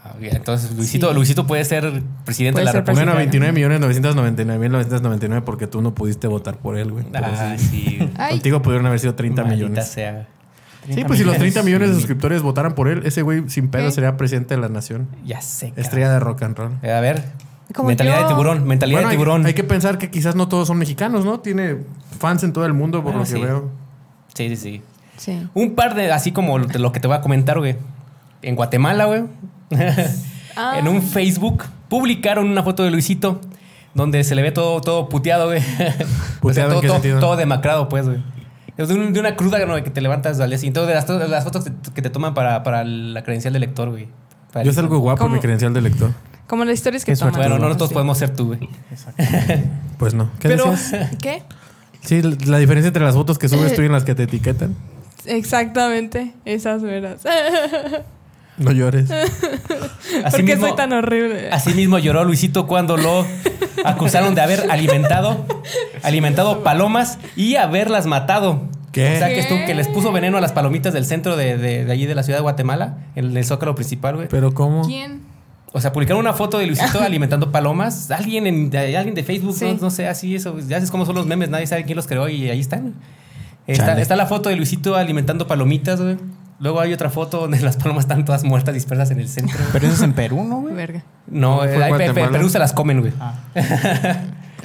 Speaker 1: Ah, güey, Entonces, Luisito, Luisito puede ser presidente
Speaker 2: Puede
Speaker 1: de la
Speaker 2: ser
Speaker 1: República.
Speaker 3: Bueno, 29 millones 999 999 porque tú no pudiste votar por él, güey. Pero
Speaker 1: Ah,
Speaker 3: Pues sí.
Speaker 1: sí.
Speaker 2: Ay,
Speaker 3: Contigo pudieron haber sido 30
Speaker 1: Maldita
Speaker 3: millones.
Speaker 1: sea.
Speaker 3: Sí, pues si los 30 millones de
Speaker 4: Sí.
Speaker 3: suscriptores votaran por él, ese güey sin pedo
Speaker 2: ¿Eh?
Speaker 3: sería presidente de la nación.
Speaker 1: Ya sé. cabrón.
Speaker 3: Estrella de rock and roll.
Speaker 1: Eh, A ver.
Speaker 2: Como
Speaker 1: mentalidad
Speaker 2: yo.
Speaker 1: de tiburón, mentalidad
Speaker 3: Bueno,
Speaker 1: de
Speaker 3: hay-
Speaker 1: tiburón.
Speaker 3: Hay, que pensar que quizás no todos son mexicanos, ¿no? Tiene fans en todo el mundo, por
Speaker 1: Ah,
Speaker 3: lo
Speaker 1: sí.
Speaker 3: que veo.
Speaker 1: Sí, sí, sí.
Speaker 2: sí.
Speaker 1: Un par de, así como lo te- lo que te voy a comentar, güey. En Guatemala, güey.
Speaker 2: Ah.
Speaker 1: En un Facebook publicaron una foto de Luisito donde se le ve todo, todo puteado, güey. O sea,
Speaker 3: ¿Puteado en
Speaker 1: todo,
Speaker 3: qué
Speaker 1: todo-
Speaker 3: sentido?
Speaker 1: todo demacrado, pues, güey. Es de, un- de una cruda ¿no? que te levantas al día siguiente. De las, de las fotos que te, que te toman para, para la credencial del lector, güey. Para
Speaker 3: Yo
Speaker 1: el-
Speaker 3: salgo guapo en mi
Speaker 2: ¿Cómo?
Speaker 3: credencial de lector.
Speaker 2: Como las historias que
Speaker 4: Qué suerte.
Speaker 2: toman.
Speaker 1: Bueno, no todos
Speaker 2: Sí.
Speaker 1: podemos ser tú, güey.
Speaker 3: Pues no. ¿Qué
Speaker 1: Pero,
Speaker 3: decías?
Speaker 2: ¿Qué?
Speaker 3: Sí, la- la diferencia entre las fotos que subes tú y en las que te etiquetan.
Speaker 2: Exactamente, esas veras.
Speaker 3: No llores.
Speaker 1: así
Speaker 2: ¿Por qué
Speaker 1: mismo,
Speaker 2: soy tan horrible?
Speaker 1: así mismo lloró Luisito cuando lo acusaron de haber alimentado, alimentado palomas y haberlas matado.
Speaker 3: ¿Qué?
Speaker 1: O sea, que, estuvo-
Speaker 2: ¿Qué?
Speaker 1: que les puso veneno a las palomitas del centro de, de, de allí de la ciudad de Guatemala, en el zócalo principal, güey.
Speaker 3: Pero ¿cómo?
Speaker 2: ¿Quién?
Speaker 1: O sea, publicaron una foto de Luisito alimentando palomas. Alguien en, de, alguien de Facebook,
Speaker 2: Sí.
Speaker 1: no, no sé, así eso. Ya sabes cómo son los memes, nadie sabe quién los creó y ahí están. Está,
Speaker 3: Chale.
Speaker 1: está la foto de Luisito alimentando palomitas, güey. Luego hay otra foto donde las palomas están todas muertas dispersas en el centro.
Speaker 4: Pero eso es en Perú, ¿no, güey?
Speaker 2: Verga.
Speaker 1: No,
Speaker 3: ¿Fue
Speaker 1: eh, hay- pe- pe-
Speaker 3: Guatemala?
Speaker 1: Perú se las comen, güey.
Speaker 4: Ah,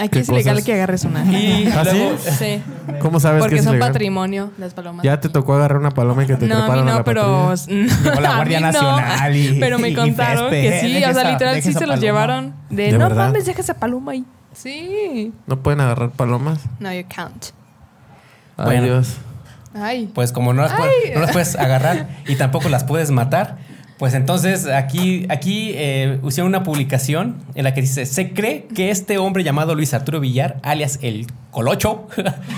Speaker 2: Aquí
Speaker 3: ¿Qué
Speaker 2: es legal
Speaker 3: cosas?
Speaker 2: que agarres una.
Speaker 1: Y
Speaker 3: ¿Ah, sí?
Speaker 1: luego,
Speaker 2: Sí,
Speaker 3: ¿Cómo sabes que
Speaker 2: porque
Speaker 3: es
Speaker 2: son
Speaker 3: ilegal?
Speaker 2: patrimonio las palomas.
Speaker 3: Ya te tocó agarrar una paloma y que te
Speaker 2: no, a mí
Speaker 3: treparon a
Speaker 2: no,
Speaker 3: la
Speaker 2: pero.
Speaker 3: patrulla.
Speaker 2: Llegó
Speaker 4: la Guardia Nacional y-
Speaker 2: Pero me
Speaker 4: y
Speaker 2: contaron
Speaker 4: Fespe,
Speaker 2: que sí,
Speaker 4: deja
Speaker 2: o sea,
Speaker 4: esa-
Speaker 2: literal
Speaker 4: deja
Speaker 2: sí
Speaker 4: esa
Speaker 2: se los
Speaker 4: paloma.
Speaker 2: llevaron. De,
Speaker 3: ¿De
Speaker 2: no
Speaker 3: verdad?
Speaker 2: mames, deja esa paloma ahí. Sí.
Speaker 3: No pueden agarrar palomas.
Speaker 2: No, you can't.
Speaker 3: Ay,
Speaker 1: Bueno.
Speaker 3: Dios.
Speaker 2: Ay.
Speaker 1: pues como no las,
Speaker 2: Ay.
Speaker 1: puedes, no las puedes agarrar y tampoco las puedes matar, pues entonces aquí, aquí eh, hicieron una publicación en la que dice, se cree que este hombre llamado Luis Arturo Villar, alias el Colocho,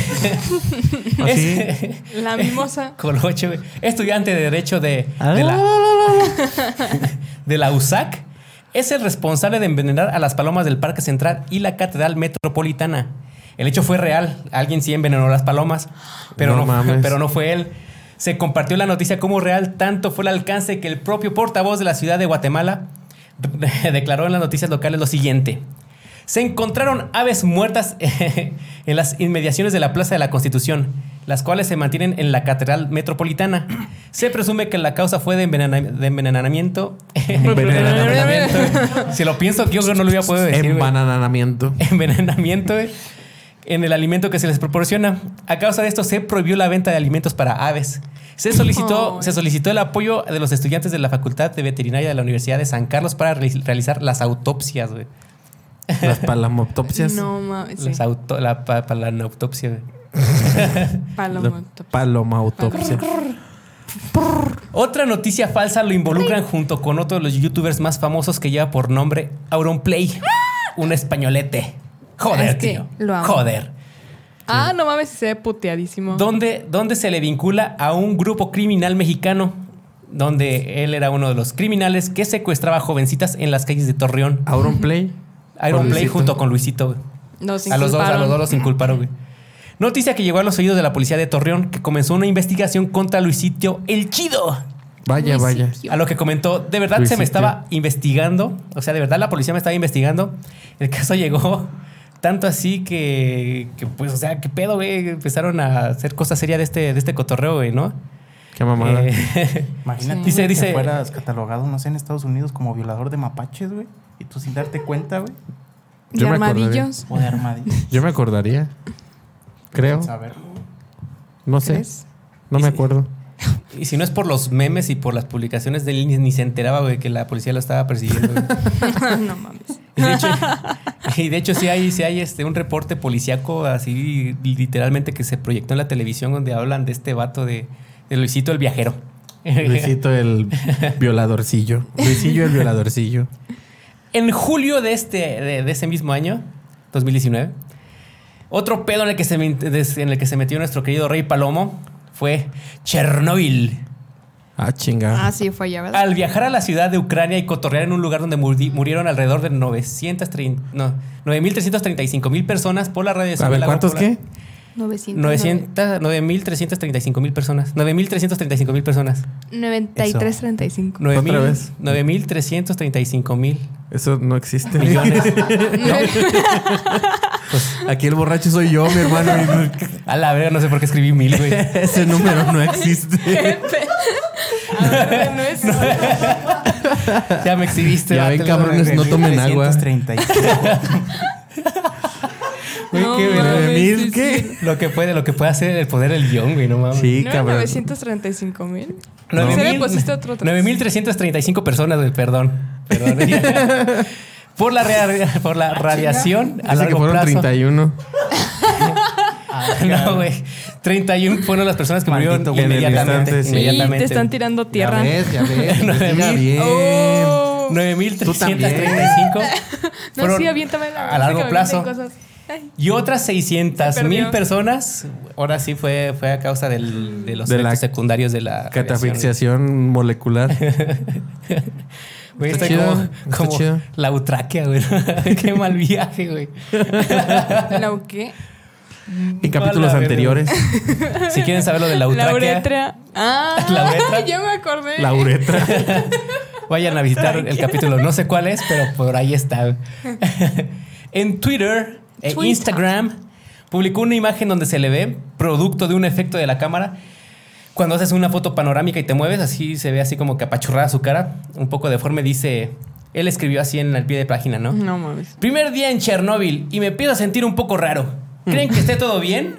Speaker 3: ¿Ah, sí?
Speaker 1: es-
Speaker 2: La mimosa.
Speaker 1: Colocho, güey, estudiante de Derecho de,
Speaker 4: Ah.
Speaker 1: de, la, de la USAC, es el responsable de envenenar a las palomas del Parque Central y la Catedral Metropolitana. El hecho fue real. Alguien sí envenenó las palomas, pero
Speaker 3: No
Speaker 1: no,
Speaker 3: mames.
Speaker 1: pero no fue él. Se compartió la noticia como real, tanto fue el alcance que el propio portavoz de la ciudad de Guatemala declaró en las noticias locales lo siguiente. Se encontraron aves muertas en las inmediaciones de la Plaza de la Constitución, las cuales se mantienen en la Catedral Metropolitana. Se presume que la causa fue de, envenena- de envenenamiento.
Speaker 3: Envenenamiento.
Speaker 1: Envenenamiento. si lo pienso, yo creo que no lo hubiera podido decir. güey
Speaker 3: Embananamiento.
Speaker 1: envenenamiento güey, en el alimento que se les proporciona. A causa de esto se prohibió la venta de alimentos para aves. Se solicitó,
Speaker 2: Ay.
Speaker 1: se solicitó el apoyo de los estudiantes de la Facultad de Veterinaria de la Universidad de San Carlos para re- realizar las autopsias, güey.
Speaker 3: Las palamotopsias.
Speaker 2: No mames. Sí.
Speaker 1: Las auto- la, pa- para la autopsia, güey.
Speaker 2: Paloma.
Speaker 3: Palomautopsia.
Speaker 1: Otra noticia falsa lo involucran junto con otro de los youtubers más famosos que lleva por nombre Auronplay. Un españolete. Joder,
Speaker 2: ¡Ah! Es que
Speaker 1: tío.
Speaker 2: lo amo.
Speaker 1: Joder.
Speaker 2: Ah, no mames, se ve puteadísimo.
Speaker 1: donde, donde se le vincula a un grupo criminal mexicano, donde él era uno de los criminales que secuestraba jovencitas en las calles de Torreón.
Speaker 3: Auron Play.
Speaker 1: Iron
Speaker 3: Con
Speaker 1: Play
Speaker 3: Luisito.
Speaker 1: junto con Luisito. güey.
Speaker 2: Nos
Speaker 1: A los dos, a los
Speaker 2: inculparon.
Speaker 1: dos los inculparon, güey. Noticia que llegó a los oídos de la policía de Torreón, que comenzó una investigación contra Luisito El Chido.
Speaker 3: Vaya,
Speaker 2: Luisito.
Speaker 3: vaya.
Speaker 1: A lo que comentó, de verdad se me
Speaker 3: Luisito.
Speaker 1: estaba investigando, o sea, de verdad la policía me estaba investigando. El caso llegó tanto así que, que, pues, o sea, qué pedo, güey. Empezaron a hacer cosas serias de este, de este cotorreo, güey, ¿no?
Speaker 3: Qué mamada.
Speaker 1: Eh,
Speaker 4: imagínate
Speaker 1: Dice-
Speaker 4: güey,
Speaker 1: dice-
Speaker 4: que fueras catalogado, no sé, en Estados Unidos como violador de mapaches, güey. Y tú sin darte cuenta, güey.
Speaker 2: De
Speaker 3: Yo me
Speaker 2: armadillos.
Speaker 4: O de armadillo.
Speaker 3: Yo me acordaría. Creo.
Speaker 4: Saberlo.
Speaker 3: No sé.
Speaker 2: ¿Crees?
Speaker 3: No me acuerdo.
Speaker 1: y si no es por los memes y por las publicaciones de él, ni, ni se enteraba, güey, que la policía lo estaba persiguiendo. güey.
Speaker 2: no mames.
Speaker 1: Y de hecho, y de hecho sí hay, sí hay este, un reporte policíaco así, literalmente, que se proyectó en la televisión donde hablan de este vato de, de Luisito el viajero.
Speaker 3: Luisito el violadorcillo. Luisillo el violadorcillo.
Speaker 1: En julio de, este, de, de ese mismo año, 2019, otro pedo en el, que se, me- en el que se metió nuestro querido Rey Palomo fue Chernobyl.
Speaker 3: Ah, chinga.
Speaker 2: Ah, sí, fue allá, ¿verdad?
Speaker 1: Al viajar a la ciudad de Ucrania y cotorrear en un lugar donde muri- murieron alrededor de 930, no, 9.335 mil personas por la radiación.
Speaker 3: a ver, ¿cuántos qué?
Speaker 2: 900.
Speaker 1: 900, 9.335 mil personas. 9.335 mil personas.
Speaker 2: 93, 35.
Speaker 1: 9,000,
Speaker 3: Otra vez.
Speaker 1: 9.335 mil.
Speaker 3: Eso no existe. Pues,
Speaker 5: Aquí el borracho soy yo, mi hermano.
Speaker 1: A la verga, no sé por qué escribí mil, güey.
Speaker 5: Ese número no existe.
Speaker 2: no es.
Speaker 1: Ya me exhibiste.
Speaker 3: Ya ven,
Speaker 1: dátelo.
Speaker 3: cabrones, no tomen agua.
Speaker 4: 335.
Speaker 1: Güey,
Speaker 2: No
Speaker 1: qué verga.
Speaker 2: mames,
Speaker 1: Mil,
Speaker 2: sí,
Speaker 1: ¿qué? Lo que puede, lo que puede hacer el poder del guión, güey, no mames.
Speaker 3: Sí,
Speaker 2: ¿No era
Speaker 3: cabrón.
Speaker 2: 935 mil?
Speaker 1: Nueve
Speaker 2: Se
Speaker 1: mil-
Speaker 2: le pusiste otro atrás.
Speaker 1: 9.335 personas, güey, perdón. Perdón. ¿eh? por la, rea- por
Speaker 2: Ah,
Speaker 1: la radiación a
Speaker 3: Dice que
Speaker 1: largo
Speaker 3: fueron
Speaker 1: plazo.
Speaker 3: 31.
Speaker 1: No, güey. 31 fueron las personas que murieron
Speaker 4: Maldito
Speaker 3: güey, en el
Speaker 1: inmediatamente.
Speaker 3: instante, sí.
Speaker 1: inmediatamente.
Speaker 2: Y te están tirando tierra.
Speaker 5: ya ves.
Speaker 1: Nueve
Speaker 5: investiga
Speaker 1: mil.
Speaker 5: bien.
Speaker 2: Oh.
Speaker 1: 9.335
Speaker 2: No,
Speaker 1: fueron
Speaker 2: sí, aviéntame la
Speaker 1: a largo plazo.
Speaker 2: Ay,
Speaker 1: Y otras 600 mil
Speaker 2: perdió.
Speaker 1: personas. Ahora sí fue, fue a causa del- de los
Speaker 3: De la
Speaker 1: efectos secundarios de la radiación.
Speaker 3: Catafixiación molecular.
Speaker 1: Güey, está
Speaker 3: Está chido,
Speaker 1: como,
Speaker 3: está
Speaker 1: como
Speaker 3: chido.
Speaker 1: la utraquea, güey. Qué mal viaje, güey.
Speaker 2: ¿La qué?
Speaker 3: En capítulos
Speaker 1: verga.
Speaker 3: anteriores.
Speaker 1: Si quieren saber lo de la
Speaker 2: La
Speaker 1: utraquea,
Speaker 2: uretra. Ah,
Speaker 1: La uretra.
Speaker 2: yo me acordé.
Speaker 3: La uretra.
Speaker 1: vayan a visitar el capítulo. No sé cuál es, pero por ahí está. en Twitter e
Speaker 2: Twitter.
Speaker 1: Instagram publicó una imagen donde se le ve, producto de un efecto de la cámara. Cuando haces una foto panorámica y te mueves, así se ve así como que apachurrada su cara, un poco deforme, dice. Él escribió así en el pie de página, ¿no?
Speaker 2: No mames.
Speaker 1: Primer día en Chernóbil y me empiezo a sentir un poco raro. ¿Creen que esté todo bien?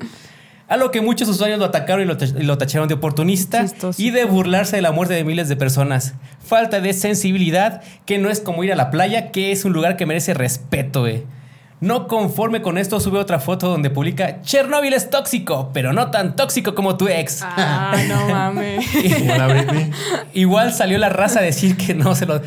Speaker 1: A lo que muchos usuarios lo atacaron y lo, tach- y lo tacharon de oportunista
Speaker 2: Chistoso.
Speaker 1: y de burlarse de la muerte de miles de personas. Falta de sensibilidad, que no es como ir a la playa, que es un lugar que merece respeto, eh. No conforme con esto, sube otra foto donde publica Chernóbil es tóxico, pero no tan tóxico como tu ex.
Speaker 2: Ah, no mames.
Speaker 3: Ah.
Speaker 1: Igual salió la raza a decir que no se lo.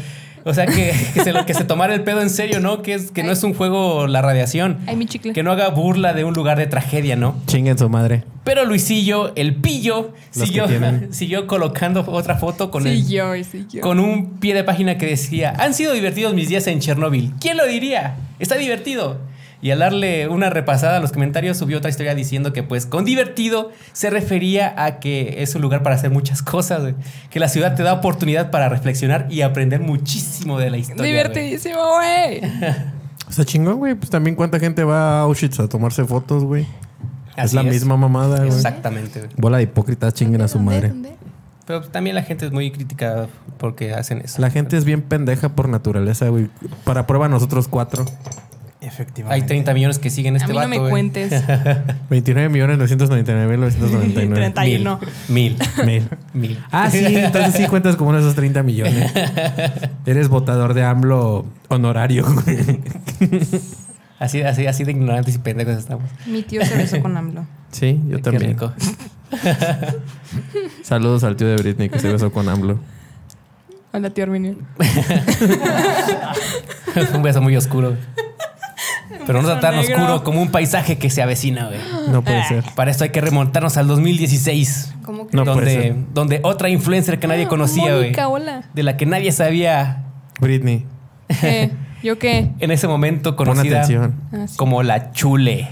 Speaker 1: O sea, que, que se, lo, que se tomara el pedo en serio, ¿no? Que, es, que no es un juego la radiación.
Speaker 2: Ay, mi chicle.
Speaker 1: Que no haga burla de un lugar de tragedia, ¿no?
Speaker 3: Chinguen su madre.
Speaker 1: Pero Luisillo, el pillo,
Speaker 3: Los que
Speaker 1: siguió,
Speaker 3: tienen.
Speaker 1: siguió colocando otra foto con,
Speaker 2: Sí,
Speaker 1: el-
Speaker 2: yo, y sí, yo.
Speaker 1: con un pie de página que decía: Han sido divertidos mis días en Chernobyl. ¿Quién lo diría? Está divertido. Y al darle una repasada a los comentarios, subió otra historia diciendo que, pues, con divertido se refería a que es un lugar para hacer muchas cosas, güey. que la ciudad te da oportunidad para reflexionar y aprender muchísimo de la historia. güey.
Speaker 2: Divertidísimo, güey.
Speaker 1: Este
Speaker 3: O sea, chingón, güey. Pues también cuánta gente va a Auschwitz a tomarse fotos, güey. es
Speaker 1: Así
Speaker 3: la misma mamada, güey.
Speaker 1: Exactamente, güey.
Speaker 3: Bola de hipócritas, chinguen a su
Speaker 2: ¿Dónde,
Speaker 3: madre.
Speaker 2: dónde?
Speaker 1: Pero también la gente es muy criticada porque hacen eso.
Speaker 3: La gente es bien pendeja por naturaleza, güey. Para prueba nosotros cuatro.
Speaker 1: Hay
Speaker 4: Efectivamente.
Speaker 1: 30 millones que siguen
Speaker 2: a
Speaker 1: este
Speaker 2: mí
Speaker 1: vato,
Speaker 2: no me
Speaker 1: güey.
Speaker 2: cuentes.
Speaker 3: 29.999.999.
Speaker 2: 31.
Speaker 1: Mil.
Speaker 3: Mil.
Speaker 1: Mil.
Speaker 3: Ah, sí, entonces sí cuentas como uno de esos 30 millones. Eres votador de AMLO honorario. güey.
Speaker 1: Así, así, así de ignorantes y pendejos estamos.
Speaker 2: Mi tío se besó con AMLO.
Speaker 3: Sí, yo
Speaker 1: Qué
Speaker 3: también.
Speaker 1: rico.
Speaker 3: Saludos al tío de Britney que se besó con AMLO.
Speaker 2: Hola, tío Arminio.
Speaker 1: Fue un beso muy oscuro. güey. Pero no
Speaker 2: beso
Speaker 1: está tan
Speaker 2: negro.
Speaker 1: oscuro como un paisaje que se avecina, güey.
Speaker 3: No puede ser.
Speaker 1: Para esto hay que remontarnos al 2016.
Speaker 2: ¿Cómo que?
Speaker 3: No puede
Speaker 1: donde,
Speaker 3: ser.
Speaker 1: donde otra influencer que nadie conocía, güey.
Speaker 2: Ah, Mónica, hola.
Speaker 1: De la que nadie sabía
Speaker 3: Britney,
Speaker 2: Eh, ¿Yo qué?
Speaker 1: en ese momento
Speaker 3: pon
Speaker 1: conocida
Speaker 3: atención.
Speaker 2: Ah, sí.
Speaker 1: como la chule.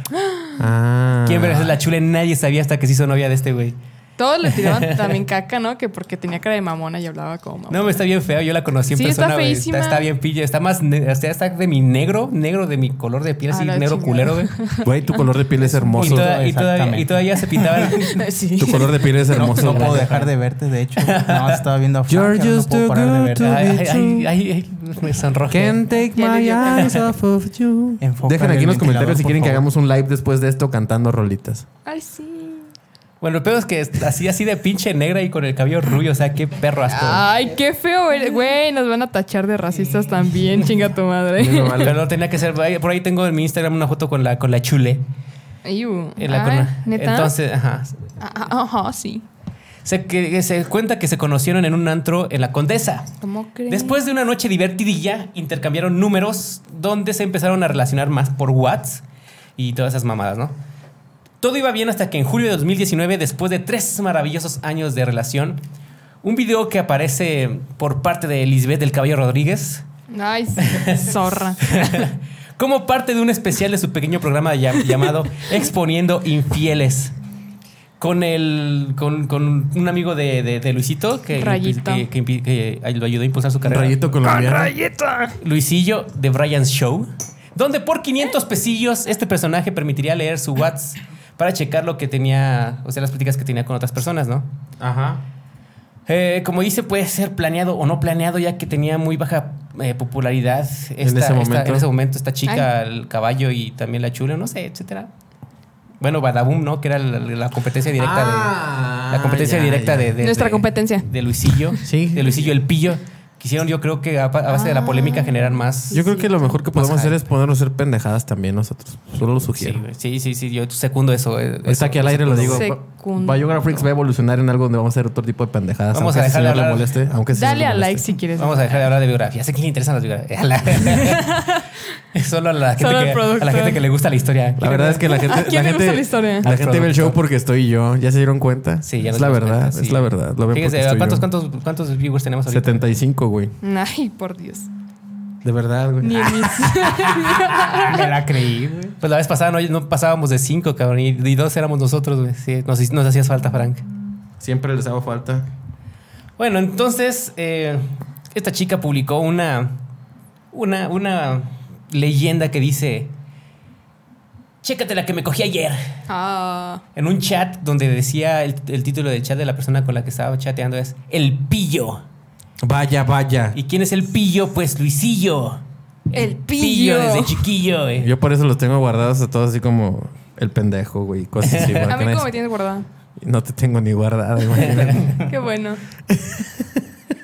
Speaker 3: Ah.
Speaker 1: ¿Quién verás es la chule? Nadie sabía hasta que se hizo novia de este güey.
Speaker 2: Todos le tiraban también caca, ¿no? Que porque tenía cara de mamona y hablaba como mamona.
Speaker 1: No, me está bien feo. Yo la conocí en
Speaker 2: Sí, está
Speaker 1: persona, güey. Está,
Speaker 2: feísima.
Speaker 1: está bien pilla. Está más. ne- O sea, está de mi negro, negro, de mi color de piel,
Speaker 2: A
Speaker 1: así,
Speaker 2: la
Speaker 1: negro
Speaker 2: chingada.
Speaker 1: culero, güey.
Speaker 3: Güey, tu color de piel es
Speaker 1: Y,
Speaker 3: hermoso.
Speaker 1: toda- y todavía,
Speaker 4: exactamente.
Speaker 1: y todavía se pintaba. el-
Speaker 2: Eh, Sí.
Speaker 3: Tu color de piel es hermoso.
Speaker 4: No, no puedo
Speaker 3: güey.
Speaker 4: dejar de verte, de hecho. No, estaba viendo a Frank,
Speaker 3: You're
Speaker 4: ahora no
Speaker 3: just
Speaker 4: puedo
Speaker 3: too
Speaker 4: parar de
Speaker 3: good
Speaker 4: verte.
Speaker 3: to-
Speaker 1: ay, ay, ay, ay, me sonrojé.
Speaker 3: Can't take
Speaker 2: Ya le
Speaker 3: my
Speaker 2: dio
Speaker 3: eyes off of you.
Speaker 4: Enfócale
Speaker 3: Dejen aquí
Speaker 4: el
Speaker 3: en los comentarios
Speaker 4: ventilador,
Speaker 3: si
Speaker 4: por
Speaker 3: quieren que
Speaker 4: favor.
Speaker 3: hagamos un live después de esto cantando rolitas.
Speaker 2: Ay, sí.
Speaker 1: Bueno, el pedo es que es así, así de pinche negra y con el cabello rubio. O sea, qué perro asco.
Speaker 2: Ay, qué feo eres. Güey, nos van a tachar de racistas también, chinga tu madre.
Speaker 1: Pero no tenía que ser. Por ahí tengo en mi Instagram una foto con la, con la chule.
Speaker 2: Iu.
Speaker 1: En la
Speaker 2: Ay,
Speaker 1: cona.
Speaker 2: Ah, ¿neta?
Speaker 1: Entonces, ajá.
Speaker 2: Ah, ah, Ajá, sí.
Speaker 1: Se, que, que se cuenta que se conocieron en un antro en la Condesa.
Speaker 2: ¿Cómo crees?
Speaker 1: Después de una noche divertidilla, intercambiaron números donde se empezaron a relacionar más por WhatsApp y todas esas mamadas, ¿no? Todo iba bien hasta que en julio de 2019, después de tres maravillosos años de relación, un video que aparece por parte de Lisbeth del Caballo Rodríguez
Speaker 2: Ay, zorra.
Speaker 1: como parte de un especial de su pequeño programa llam- llamado Exponiendo Infieles. Con, el, con, con un amigo de, de- de Luisito que,
Speaker 2: Rayito.
Speaker 1: que- que impi- que lo ayudó a impulsar su carrera.
Speaker 3: Rayito colombiano.
Speaker 1: Luisillo de Brian's Show, donde por 500 pesillos este personaje permitiría leer su WhatsApp para checar lo que tenía, o sea, las pláticas que tenía con otras personas, ¿no?
Speaker 3: Ajá.
Speaker 1: Eh, como dice, puede ser planeado o no planeado, ya que tenía muy baja eh, popularidad esta- esta- en,
Speaker 3: ese
Speaker 1: ese momento.
Speaker 3: momento.
Speaker 1: ese momento, esta chica, el caballo y también la chula, no sé, etcétera. Bueno, Badaboom, ¿no? Que era la, la competencia directa de. La competencia
Speaker 3: Ah, ya,
Speaker 1: directa
Speaker 3: ya.
Speaker 1: de, de-
Speaker 2: Nuestra
Speaker 1: de-
Speaker 2: competencia.
Speaker 1: De Luisillo.
Speaker 3: Sí.
Speaker 1: De Luisillo el Pillo. Quisieron, yo creo que a, pa- a base de la
Speaker 2: Ah.
Speaker 1: polémica generar más.
Speaker 3: Yo creo que lo mejor que podemos
Speaker 1: Más
Speaker 3: hacer
Speaker 1: hype.
Speaker 3: es ponernos a hacer pendejadas también nosotros. Solo lo
Speaker 1: Sí,
Speaker 3: sugiero.
Speaker 1: güey. sí, sí, sí, yo secundo eso. eh, eso.
Speaker 3: Está aquí al aire, lo digo.
Speaker 2: Secundo.
Speaker 3: Biographics va a evolucionar en algo donde vamos a hacer otro tipo de pendejadas.
Speaker 1: Vamos a
Speaker 3: aunque ese
Speaker 1: dejar de
Speaker 3: señor le
Speaker 1: hablar.
Speaker 3: moleste, aunque
Speaker 1: pues,
Speaker 3: ese
Speaker 2: Dale
Speaker 3: señor
Speaker 2: a
Speaker 3: le
Speaker 2: like
Speaker 3: moleste.
Speaker 2: si quieres.
Speaker 1: Vamos a dejar de hablar de biografía. Sé que le interesan las biografías. A la- Solo a la gente,
Speaker 2: Solo al
Speaker 1: que, a la
Speaker 2: productor.
Speaker 1: gente que le gusta la historia.
Speaker 3: La verdad es que la gente.
Speaker 2: ¿A quién
Speaker 3: la
Speaker 2: le gusta
Speaker 3: gente-
Speaker 2: la historia?
Speaker 3: La
Speaker 1: Al
Speaker 3: gente ve el show
Speaker 1: productor.
Speaker 3: porque estoy yo. ¿Ya se dieron cuenta?
Speaker 1: Sí, ya
Speaker 3: Es
Speaker 1: nos
Speaker 3: la
Speaker 1: dimos
Speaker 3: verdad,
Speaker 1: cuenta,
Speaker 3: es
Speaker 1: sí.
Speaker 3: la verdad. Lo ven
Speaker 1: Fíjese,
Speaker 3: porque estoy
Speaker 1: ¿cuántos,
Speaker 3: yo.
Speaker 1: cuántos, ¿cuántos viewers tenemos ahorita?
Speaker 3: 75, güey.
Speaker 1: Ah.
Speaker 2: Ay, por Dios.
Speaker 3: De verdad, güey.
Speaker 2: Ni en mis...
Speaker 1: Me la creí, güey. Pues la vez pasada no, no pasábamos de cinco, cabrón. Y, y dos éramos nosotros, güey. Sí, nos, nos hacías falta, Frank.
Speaker 3: Siempre les hago falta.
Speaker 1: Bueno, entonces, eh, esta chica publicó una, una, una leyenda que dice: Chécate la que me cogí ayer.
Speaker 2: Ah,
Speaker 1: En un chat donde decía el, el título del chat de la persona con la que estaba chateando es El Pillo.
Speaker 3: Vaya, vaya.
Speaker 1: ¿Y quién es el Pillo? Pues Luisillo.
Speaker 2: El pillo.
Speaker 1: desde chiquillo, güey.
Speaker 3: Yo por eso los tengo guardados a todos así como el pendejo, güey. Cosas así.
Speaker 2: a
Speaker 3: porque
Speaker 2: mí como
Speaker 3: nadie-
Speaker 2: me tienes guardada.
Speaker 3: No te tengo ni guardada, imagínate.
Speaker 2: Qué bueno.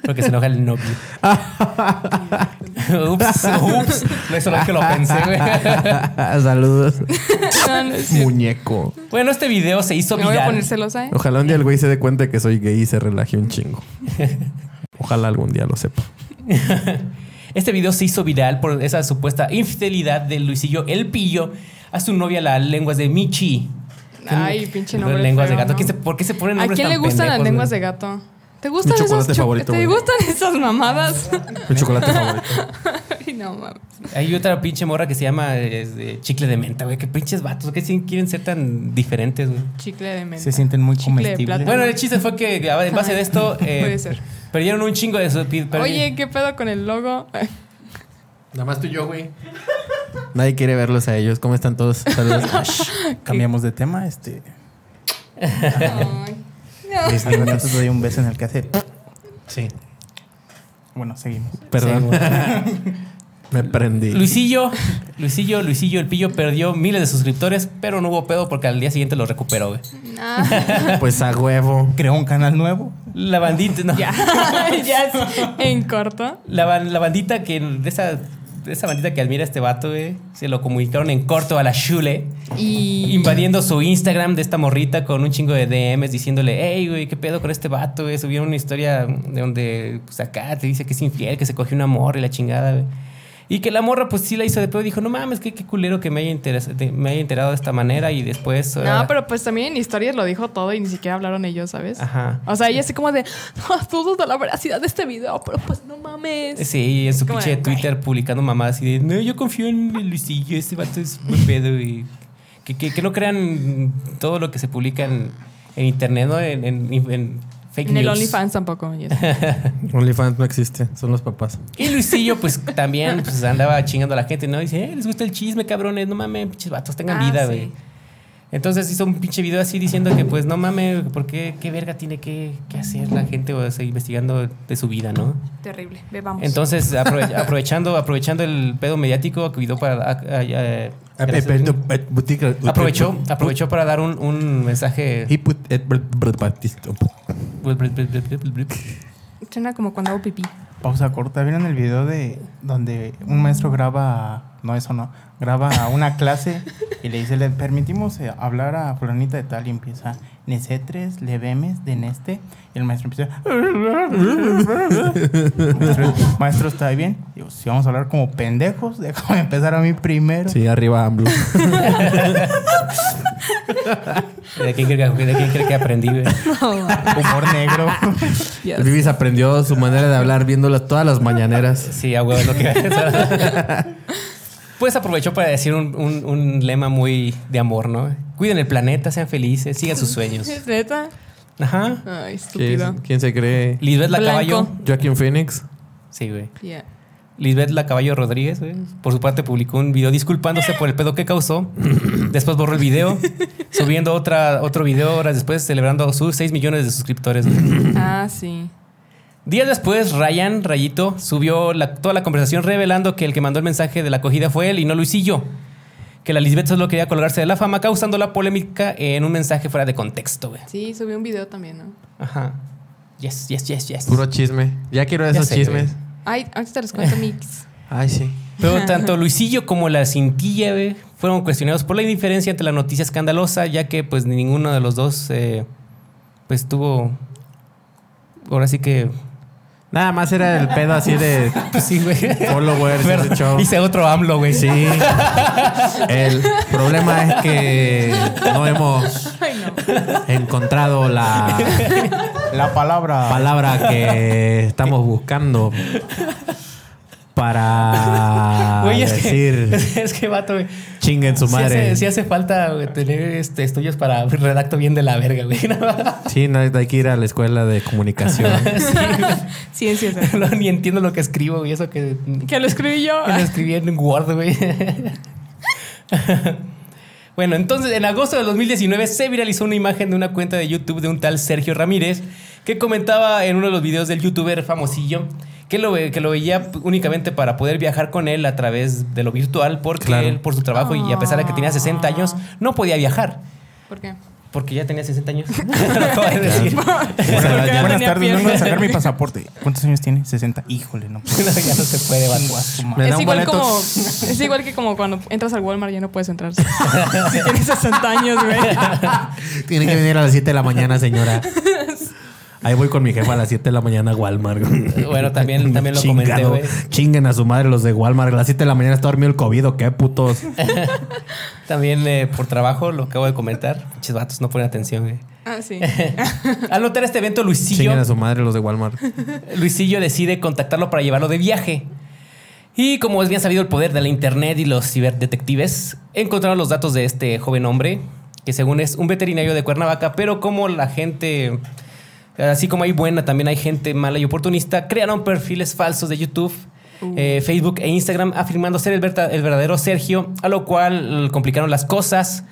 Speaker 1: Porque se enoja el novio. ups, ups. No es lo que lo pensé, güey.
Speaker 3: Saludos.
Speaker 2: No, no es cierto.
Speaker 3: Muñeco.
Speaker 1: Bueno, este video se hizo
Speaker 2: Me voy a
Speaker 1: viral.
Speaker 2: poner celosa, ¿eh?
Speaker 3: Ojalá un día el güey se dé cuenta de que soy gay y se relaje un chingo. Ojalá algún día lo sepa.
Speaker 1: Este video se hizo viral por esa supuesta infidelidad de Luisillo El Pillo a su novia, las lenguas de Michi.
Speaker 2: Ay, pinche nombre
Speaker 1: Lenguas
Speaker 2: feo,
Speaker 1: de gato.
Speaker 2: ¿no?
Speaker 1: ¿Quién se- ¿Por qué se ponen
Speaker 2: ¿A
Speaker 1: nombres
Speaker 2: quién le
Speaker 1: tan
Speaker 2: gustan las
Speaker 1: pendejos,
Speaker 2: lenguas
Speaker 1: güey?
Speaker 2: de gato? ¿Te gustan
Speaker 3: Mi
Speaker 2: esas
Speaker 3: chocolate
Speaker 2: chu-
Speaker 3: favorito,
Speaker 2: ¿Te
Speaker 3: güey.
Speaker 2: gustan esas mamadas?
Speaker 3: Mi chocolate favorito.
Speaker 2: Ay, no mames.
Speaker 1: Hay otra pinche morra que se llama es de chicle de menta, güey. Qué pinches vatos. ¿Qué sin- quieren ser tan diferentes, güey?
Speaker 2: Chicle de menta.
Speaker 4: Se sienten muy
Speaker 2: Chicle de
Speaker 4: comestibles.
Speaker 2: plátano.
Speaker 1: Bueno, el chiste fue que a- en base de esto eh,
Speaker 2: Puede ser.
Speaker 1: perdieron un chingo de su... pi- perdi-
Speaker 2: Oye, ¿qué pedo con el logo?
Speaker 3: Nada más tú y yo, güey. Nadie quiere verlos a ellos. ¿Cómo están todos? Saludos.
Speaker 4: Cambiamos de tema. Este,
Speaker 2: Ay. No.
Speaker 4: al ratito doy un beso en el que hace.
Speaker 3: sí.
Speaker 4: Bueno, seguimos.
Speaker 3: Perdón. Me prendí.
Speaker 1: Luisillo, Luisillo, Luisillo, el pillo perdió miles de suscriptores, pero no hubo pedo porque al día siguiente lo recuperó, güey.
Speaker 2: Ah,
Speaker 3: Pues a huevo.
Speaker 4: Creó un canal nuevo.
Speaker 1: La bandita, no.
Speaker 2: ya. ya es en corto.
Speaker 1: La, ban- la bandita que... De esa, de esa bandita que admira a este vato, güey. Se lo comunicaron en corto a la Shule.
Speaker 2: Y.
Speaker 1: invadiendo su Instagram de esta morrita con un chingo de DMs diciéndole, hey, güey, qué pedo con este vato, güey. Subieron una historia de donde, pues acá te dice que es infiel, que se cogió una morra y la chingada, güey. Y que la morra, pues sí la hizo de pedo y dijo, no mames, qué, qué culero que me haya, interes- de- me haya enterado de esta manera y después.
Speaker 2: No,
Speaker 1: ahora-
Speaker 2: pero pues también en historias lo dijo todo y ni siquiera hablaron ellos, ¿sabes?
Speaker 1: Ajá.
Speaker 2: O sea, ella así como de, no dudo de la veracidad de este video, pero pues no mames.
Speaker 1: Sí, en su
Speaker 2: Como
Speaker 1: pinche
Speaker 2: de,
Speaker 1: de Twitter publicando mamadas y de, no, yo confío en el Luisillo, este vato es buen pedo y que, que, que no crean todo lo que se publica en, en internet, ¿no? En, en- en fake
Speaker 2: En el
Speaker 1: news.
Speaker 2: OnlyFans tampoco. y eso.
Speaker 3: OnlyFans no existe. Son los papás.
Speaker 1: Y Luisillo, pues también pues, andaba chingando a la gente, ¿no? Dice, eh, les gusta el chisme, cabrones, no mames, pinches vatos, tengan
Speaker 2: Ah,
Speaker 1: vida,
Speaker 2: sí.
Speaker 1: güey. Entonces hizo un pinche video así diciendo que, pues, no mames, ¿por qué, qué verga tiene que, que hacer la gente o sea, investigando de su vida, ¿no?
Speaker 2: Terrible. Ve, vamos.
Speaker 1: Entonces, aprove- aprovechando, aprovechando el pedo mediático, cuidó para. a- a- a-
Speaker 3: Ah, eh,
Speaker 1: aprovechó, aprovechó para dar un, un mensaje.
Speaker 3: eh,
Speaker 2: Suena como cuando hago pipí.
Speaker 4: Pausa corta. ¿Vieron el video de donde un maestro graba, no, eso no, graba a una clase y le dice, le permitimos eh, hablar a fulanita de tal y empieza, Nesetres, levemes, de Neste. Y el maestro empieza, maestro, maestro, ¿está bien? Digo, si vamos a hablar como pendejos, déjame empezar a mí primero.
Speaker 3: Sí, arriba AMLO.
Speaker 1: ¿De quién cree que, de quién cree que aprendí, güey?
Speaker 2: No,
Speaker 4: Humor negro.
Speaker 2: ya
Speaker 3: El Vivis aprendió su manera de hablar viendo la- todas las mañaneras.
Speaker 1: Sí, a huevo es lo que Pues aprovechó para decir un, un- un lema muy de amor, ¿no? Cuiden el planeta, sean felices, sigan sus sueños.
Speaker 2: ¿Es neta?
Speaker 1: Ajá.
Speaker 2: Ay,
Speaker 3: ¿Quién,
Speaker 2: estúpido.
Speaker 3: quién se cree?
Speaker 1: Lisbeth la
Speaker 2: Blanco.
Speaker 1: Caballo.
Speaker 3: Joaquín Phoenix.
Speaker 1: Sí, güey.
Speaker 2: Ya.
Speaker 1: Lisbeth La Caballo Rodríguez, güey, por su parte publicó un video disculpándose por el pedo que causó. Después borró el video, subiendo otra, otro video horas después, celebrando sus 6 millones de suscriptores. güey.
Speaker 2: Ah, sí.
Speaker 1: Días después, Ryan Rayito subió la- toda la conversación revelando que el que mandó el mensaje de la acogida fue él y no Luisillo. Que la Lisbeth solo quería colgarse de la fama, causando la polémica en un mensaje fuera de contexto, güey.
Speaker 2: Sí, subí un video también, ¿no?
Speaker 1: Ajá. Yes, yes, yes, yes.
Speaker 3: Puro chisme. Ya quiero
Speaker 1: Ya
Speaker 3: esos
Speaker 1: sé,
Speaker 3: chismes.
Speaker 2: Ay, ahorita te los cuento, Mix.
Speaker 3: Ay, sí.
Speaker 1: Pero tanto Luisillo como la cintilla güey, fueron cuestionados por la indiferencia ante la noticia escandalosa, ya que pues ninguno de los dos eh, pues tuvo... Ahora sí que...
Speaker 3: Nada más era el pedo así de
Speaker 1: Pues sí, güey.
Speaker 3: followers, ese
Speaker 1: Perdón,
Speaker 3: show.
Speaker 1: Hice otro AMLO, güey.
Speaker 3: Sí. El problema es que no hemos
Speaker 2: Ay, no.
Speaker 3: encontrado la
Speaker 4: La palabra.
Speaker 3: palabra que estamos buscando para
Speaker 1: Güey, es
Speaker 3: decir
Speaker 1: que... Es que, vato, güey.
Speaker 3: chinguen su
Speaker 1: Sí hace,
Speaker 3: madre.
Speaker 1: sí hace falta güey, tener este, estudios para redacto bien de la verga, güey.
Speaker 3: Sí, no hay que ir a la escuela de comunicación.
Speaker 2: Ciencias. ¿no?
Speaker 1: No, ni entiendo lo que escribo, güey. Eso que...
Speaker 2: Que lo escribí yo.
Speaker 1: Que
Speaker 2: Ah,
Speaker 1: lo escribí en Word, güey. bueno, entonces en agosto del 2019 se viralizó una imagen de una cuenta de YouTube de un tal Sergio Ramírez que comentaba en uno de los videos del youtuber famosillo que lo, ve- que lo veía p- únicamente para poder viajar con él a través de lo virtual porque
Speaker 3: Claro.
Speaker 1: él por su trabajo y a pesar de que tenía 60 años no podía viajar
Speaker 2: ¿Por qué?
Speaker 1: porque ya tenía 60 años. Lo acabo de decir.
Speaker 4: Buenas,
Speaker 2: Porque no
Speaker 4: buenas
Speaker 2: tenía
Speaker 4: tardes,
Speaker 2: pierna.
Speaker 4: vengo a sacar mi pasaporte. ¿Cuántos años tiene? 60. Híjole, no.
Speaker 1: No, ya no se puede, vato.
Speaker 4: Chingo a su madre.
Speaker 3: Me da
Speaker 2: Es
Speaker 3: un
Speaker 2: igual,
Speaker 3: boleto.
Speaker 2: como, es igual que como cuando entras al Walmart ya no puedes entrar. si tienes 60 años, güey.
Speaker 3: Tienen que venir a las 7 de la mañana, señora. Ahí voy con mi jefa a las 7 de la mañana a Walmart.
Speaker 1: Bueno, también- también lo
Speaker 3: Chingado.
Speaker 1: comenté, güey.
Speaker 3: Chinguen a su madre los de Walmart. A las 7 de la mañana está dormido el COVID, ¿o qué putos.
Speaker 1: También eh, por trabajo, lo acabo de comentar. Pinches vatos no ponen atención, güey.
Speaker 2: Ah, sí.
Speaker 1: Al notar este evento, Luisillo,
Speaker 3: Chinguen a su madre los de Walmart.
Speaker 1: Luisillo decide contactarlo para llevarlo de viaje. Y como es bien sabido el poder de la internet y los ciberdetectives, encontraron los datos de este joven hombre, que según es un veterinario de Cuernavaca, pero como la gente, así como hay buena, también hay gente mala y oportunista, crearon perfiles falsos de YouTube. eh, Facebook e Instagram afirmando ser el, verta- el verdadero Sergio, a lo cual eh, complicaron las cosas.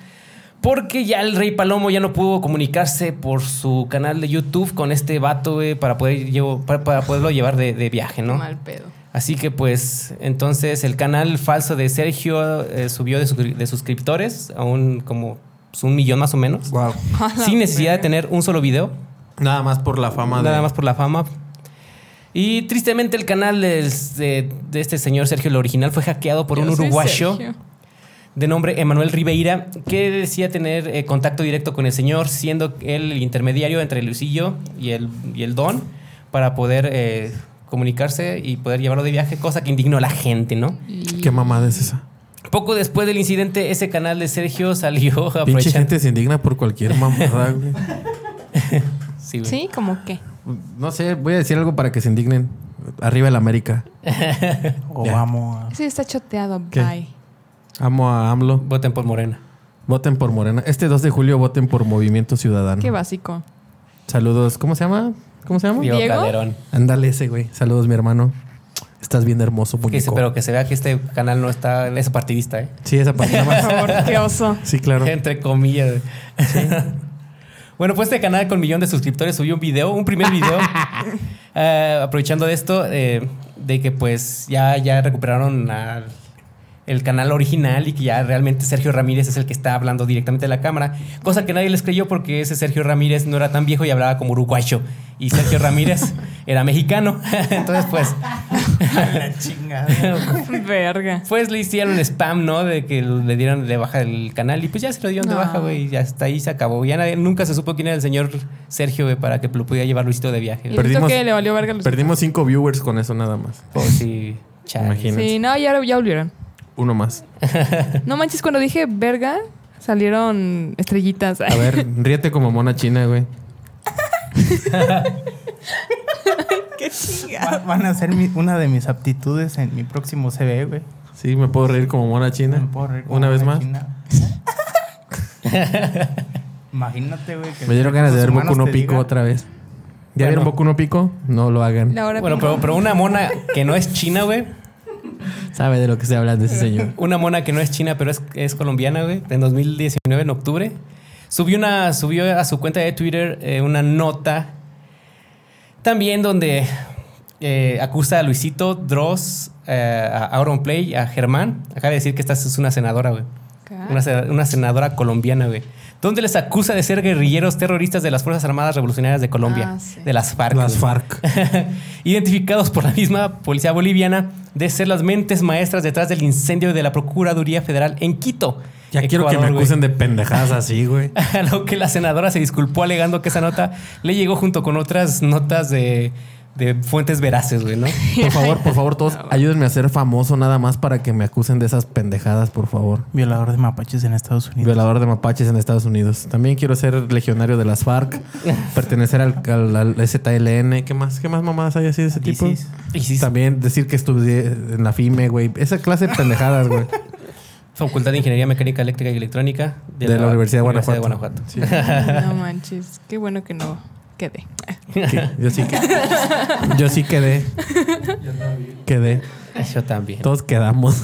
Speaker 1: Porque ya el Rey Palomo ya no pudo comunicarse por su canal de YouTube con este vato, güey, para, poder llevo- para, para poderlo llevar de, de viaje, ¿no?
Speaker 2: Mal pedo.
Speaker 1: Así que pues, entonces el canal falso de Sergio eh, subió de, suscri- de suscriptores a un como pues, un millón más o menos.
Speaker 3: Wow.
Speaker 1: Sin necesidad de tener un solo video,
Speaker 3: Nada más por la fama de.
Speaker 1: nada más por la fama. Y tristemente el canal del- de, de este señor Sergio, el original, fue hackeado por un
Speaker 2: Yo soy
Speaker 1: uruguayo
Speaker 2: Sergio.
Speaker 1: de nombre Emanuel Ribeira, que decía tener eh, contacto directo con el señor, siendo él el intermediario entre Lucillo y el, y el don para poder eh, comunicarse y poder llevarlo de viaje, cosa que indignó a la gente, ¿no?
Speaker 2: Y-
Speaker 3: ¿Qué mamada es esa?
Speaker 1: Poco después del incidente, ese canal de Sergio salió
Speaker 3: Pinche
Speaker 1: aprovechando.
Speaker 3: gente se indigna por cualquier mamada, güey.
Speaker 1: Sí, güey.
Speaker 2: Sí, como qué.
Speaker 3: No sé, voy a decir algo para que se indignen. Arriba el América.
Speaker 4: O
Speaker 3: Ya.
Speaker 4: vamos a.
Speaker 2: Ese está choteado.
Speaker 3: ¿Qué?
Speaker 2: Bye.
Speaker 3: Amo a AMLO.
Speaker 1: Voten por Morena.
Speaker 3: Voten por Morena. Este 2 de julio voten por Movimiento Ciudadano.
Speaker 2: Qué básico.
Speaker 3: Saludos. ¿Cómo se llama? ¿Cómo se llama?
Speaker 1: Diego
Speaker 2: ¿Diego?
Speaker 1: Calderón.
Speaker 3: Ándale ese, güey. Saludos, mi hermano. Estás bien hermoso,
Speaker 1: Que se-
Speaker 3: muñeco.
Speaker 1: pero que se vea que este canal no está, es partidista, ¿eh?
Speaker 3: Sí, esa parte nada
Speaker 2: Por
Speaker 3: más.
Speaker 2: favor, qué oso.
Speaker 3: Sí, claro.
Speaker 1: Entre comillas. güey. bueno, pues este canal con millón de suscriptores subió un video, un primer video, eh, aprovechando de esto, eh, de que pues ya, ya recuperaron al- el canal original y que ya realmente Sergio Ramírez es el que está hablando directamente a la cámara, cosa que nadie les creyó porque ese Sergio Ramírez no era tan viejo y hablaba como uruguayo y Sergio Ramírez era mexicano, entonces pues
Speaker 4: La chingada.
Speaker 2: Verga.
Speaker 1: pues le hicieron spam, ¿no? De que le dieron de baja el canal y pues ya se lo dieron de
Speaker 2: No.
Speaker 1: baja, güey. Y hasta ahí se acabó. Ya nadie, nunca se supo quién era el señor Sergio, güey, para que lo pudiera llevar Luisito de viaje. güey.
Speaker 2: Y
Speaker 3: Perdimos-
Speaker 2: Perdimos, que le valió verga a los-
Speaker 3: Perdimos cinco viewers con eso nada más.
Speaker 1: Por si... Pues, chale.
Speaker 3: Imagínate.
Speaker 2: Sí, no, ya, ya volvieron.
Speaker 3: Uno más.
Speaker 2: No manches, cuando dije verga, Salieron estrellitas.
Speaker 3: A ver, ríete como mona china, güey.
Speaker 6: Qué chingada.
Speaker 4: Va- van a ser mi- una de mis aptitudes en mi próximo CV, güey.
Speaker 3: Sí, me puedo reír como mona china.
Speaker 4: Me puedo reír como
Speaker 3: Una vez
Speaker 4: una
Speaker 3: más.
Speaker 4: china. Imagínate, güey. que
Speaker 3: Me dieron
Speaker 4: los
Speaker 3: ganas de ver
Speaker 4: humanos
Speaker 3: Boku no
Speaker 4: te
Speaker 3: Pico
Speaker 4: digan-
Speaker 3: otra vez. ¿Ya vieron
Speaker 4: Bueno.
Speaker 3: Boku no Pico? No lo hagan.
Speaker 2: La hora
Speaker 1: Bueno,
Speaker 2: pico.
Speaker 1: pero, pero una mona que no es china, güey.
Speaker 3: Sabe de lo que se habla de ese señor.
Speaker 1: Una mona que no es china, pero es, es colombiana, güey. En 2019, en octubre. Subió, una, subió a su cuenta de Twitter eh, una nota también donde eh, acusa a Luisito, Dross, eh, a Auron Play, a Germán. Acaba de decir que esta es una senadora, güey.
Speaker 2: Ah.
Speaker 1: Una, se- una senadora colombiana, güey. Donde les acusa de ser guerrilleros terroristas de las Fuerzas Armadas Revolucionarias de Colombia,
Speaker 2: Ah, sí.
Speaker 1: de las FARC.
Speaker 3: Las
Speaker 1: güey.
Speaker 3: FARC.
Speaker 1: identificados por la misma policía boliviana de ser las mentes maestras detrás del incendio de la Procuraduría Federal en Quito.
Speaker 3: Ya quiero que me acusen de pendejadas así, güey.
Speaker 1: A lo que la senadora se disculpó alegando que esa nota le llegó junto con otras notas de, de fuentes veraces, güey, ¿no?
Speaker 3: Por favor, por favor, todos ayúdenme a ser famoso nada más para que me acusen de esas pendejadas, por favor.
Speaker 4: Violador de mapaches en Estados Unidos.
Speaker 3: Violador de mapaches en Estados Unidos. También quiero ser legionario de las FARC, pertenecer al, al- al ZLN. ¿Qué más? ¿Qué más mamadas hay así de ese tipo?
Speaker 4: ISIS.
Speaker 1: ISIS.
Speaker 3: También decir que estudié en la FIME, E, güey. Esa clase de pendejadas, güey.
Speaker 1: Facultad de Ingeniería Mecánica, Eléctrica y Electrónica
Speaker 3: De la Universidad de Guanajuato.
Speaker 1: Guanajuato.
Speaker 2: No manches. Qué bueno que no quedé.
Speaker 3: Sí, yo sí que- Yo sí quedé. Quedé.
Speaker 1: Yo también.
Speaker 3: Todos quedamos.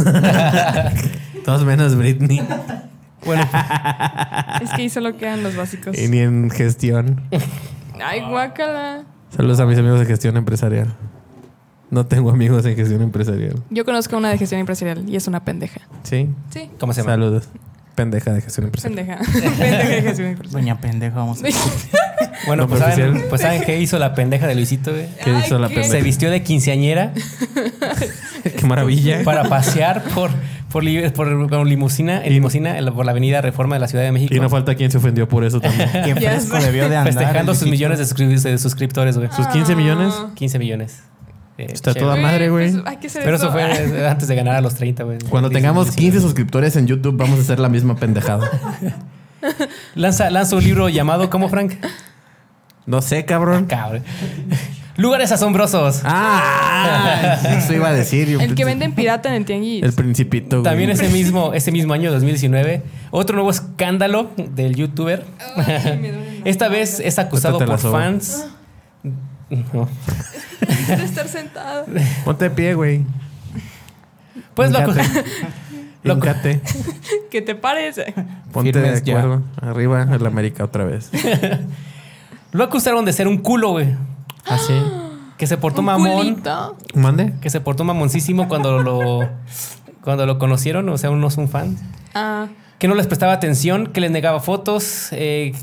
Speaker 3: Todos menos Britney.
Speaker 2: Es que ahí solo quedan los básicos.
Speaker 3: Y ni en gestión.
Speaker 2: Ay, guácala.
Speaker 3: Saludos a mis amigos de gestión empresarial. No tengo amigos en gestión empresarial.
Speaker 2: Yo conozco una de gestión empresarial y es una pendeja.
Speaker 3: Sí.
Speaker 2: Sí.
Speaker 1: ¿Cómo se llama?
Speaker 3: Saludos. Pendeja de gestión empresarial.
Speaker 2: Pendeja. pendeja de gestión empresarial.
Speaker 4: Doña pendeja, vamos a...
Speaker 1: Bueno,
Speaker 3: Nombre
Speaker 1: pues saben,
Speaker 3: oficial.
Speaker 1: pues ¿saben qué hizo la pendeja de Luisito, güey?
Speaker 3: ¿Qué hizo la
Speaker 2: Ay, qué-
Speaker 1: Se
Speaker 3: pendeja?
Speaker 1: vistió de quinceañera
Speaker 3: Qué maravilla.
Speaker 1: para pasear por, por, li- por, con limusina, en limusina en la- por la avenida Reforma de la Ciudad de México.
Speaker 3: Y no falta quien se ofendió por eso también.
Speaker 4: Qué
Speaker 2: Ya
Speaker 4: fresco
Speaker 2: sé.
Speaker 4: debió de andar.
Speaker 1: festejando sus millones de, suscrib- de suscriptores, güey.
Speaker 3: Sus 15 millones.
Speaker 1: 15 millones. Eh,
Speaker 3: Está
Speaker 1: chévere.
Speaker 3: toda
Speaker 2: Güey,
Speaker 3: madre, güey.
Speaker 2: pues, hay que hacer
Speaker 1: Pero eso fue
Speaker 2: Ay,
Speaker 1: eh, antes de ganar a los 30, güey.
Speaker 3: Cuando tengamos 15 suscriptores en YouTube, vamos a hacer la misma pendejada.
Speaker 1: Lanza, lanza un libro llamado ¿Cómo, Frank?
Speaker 3: No sé, cabrón.
Speaker 1: Cabrón. Lugares asombrosos.
Speaker 3: Ah, eso iba a decir. yo
Speaker 2: El que
Speaker 3: pensé-
Speaker 2: venden pirata en el tianguis.
Speaker 3: El principito. güey.
Speaker 1: También ese mismo, ese mismo año, 2019, otro nuevo escándalo del youtuber.
Speaker 2: Ay, me duele la
Speaker 1: Esta
Speaker 2: espalda.
Speaker 1: vez es acusado
Speaker 3: Esta te la
Speaker 1: por
Speaker 3: sobo.
Speaker 1: fans. No.
Speaker 2: Necesito estar sentada.
Speaker 3: Ponte de pie, güey.
Speaker 1: Pues lo, acu-
Speaker 3: Híncate.
Speaker 1: Lo-
Speaker 3: Híncate.
Speaker 2: ¿Qué te parece?
Speaker 3: Ponte
Speaker 1: Firmes
Speaker 3: de
Speaker 1: ya.
Speaker 3: acuerdo. Arriba el América otra vez.
Speaker 1: lo acusaron de ser un culo, güey.
Speaker 3: Así.
Speaker 1: Que se portó
Speaker 2: ¿Un
Speaker 1: mamón.
Speaker 2: culito?
Speaker 3: ¿Mande?
Speaker 1: Que se portó mamoncísimo cuando lo, cuando lo conocieron, o sea, uno es un fan.
Speaker 2: Ah,
Speaker 1: Que no les prestaba atención, que les negaba fotos, eh,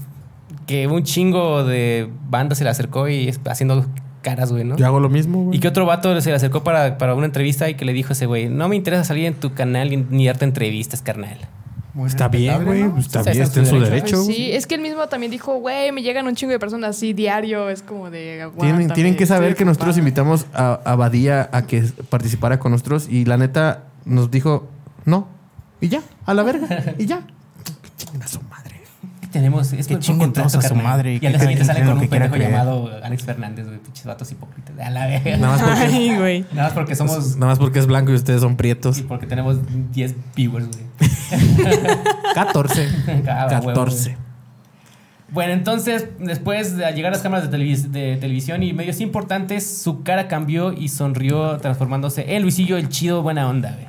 Speaker 1: que un chingo de banda se le acercó y es- haciendo caras, güey, ¿no?
Speaker 3: Yo hago lo mismo, güey.
Speaker 1: Y que otro vato se le acercó para, para una entrevista y que le dijo a ese güey, no me interesa salir en tu canal y- ni darte entrevistas, carnal.
Speaker 4: Muy
Speaker 3: Está bien,
Speaker 4: respetable,
Speaker 3: güey.
Speaker 4: ¿no?
Speaker 3: Está
Speaker 1: Está-
Speaker 3: bien,
Speaker 1: está
Speaker 3: está en
Speaker 1: en
Speaker 3: su
Speaker 1: su
Speaker 3: derecho.
Speaker 2: pues
Speaker 3: güey.
Speaker 2: sí, es que él mismo también dijo, güey, me llegan un chingo de personas así diario, es como de aguanta.
Speaker 3: Tienen, tienen que saber que nosotros invitamos a, a Badía a que participara con nosotros y la neta nos dijo no. Y ya, a la verga. Y ya. Chinga su madre.
Speaker 1: Tenemos, es
Speaker 4: Que por chinguen contrato, todos a su carnal. madre y
Speaker 1: Y
Speaker 4: Y
Speaker 1: a
Speaker 4: a
Speaker 1: la
Speaker 4: que la siguiente
Speaker 1: siguiente
Speaker 4: cada quien
Speaker 1: sale
Speaker 4: sale crea
Speaker 1: con
Speaker 4: con
Speaker 1: un
Speaker 4: lo un que
Speaker 1: pendejo
Speaker 4: quiera pendejo creer.
Speaker 1: llamado
Speaker 4: llamado
Speaker 1: Alex Fernández, güey, pinches vatos hipócritas. A la verga.
Speaker 3: Nada más porque,
Speaker 2: Ay, güey.
Speaker 1: Nada más porque somos...
Speaker 3: nada más porque es blanco y ustedes son
Speaker 1: Y
Speaker 3: prietos.
Speaker 1: porque tenemos 10 viewers, güey.
Speaker 3: 14.
Speaker 1: Ah, huevo, güey.
Speaker 3: 14.
Speaker 1: Bueno, entonces, después de llegar a las cámaras de, televis- de televisión y medios importantes, su cara cambió y sonrió, transformándose en Luisillo el chido, buena onda, güey.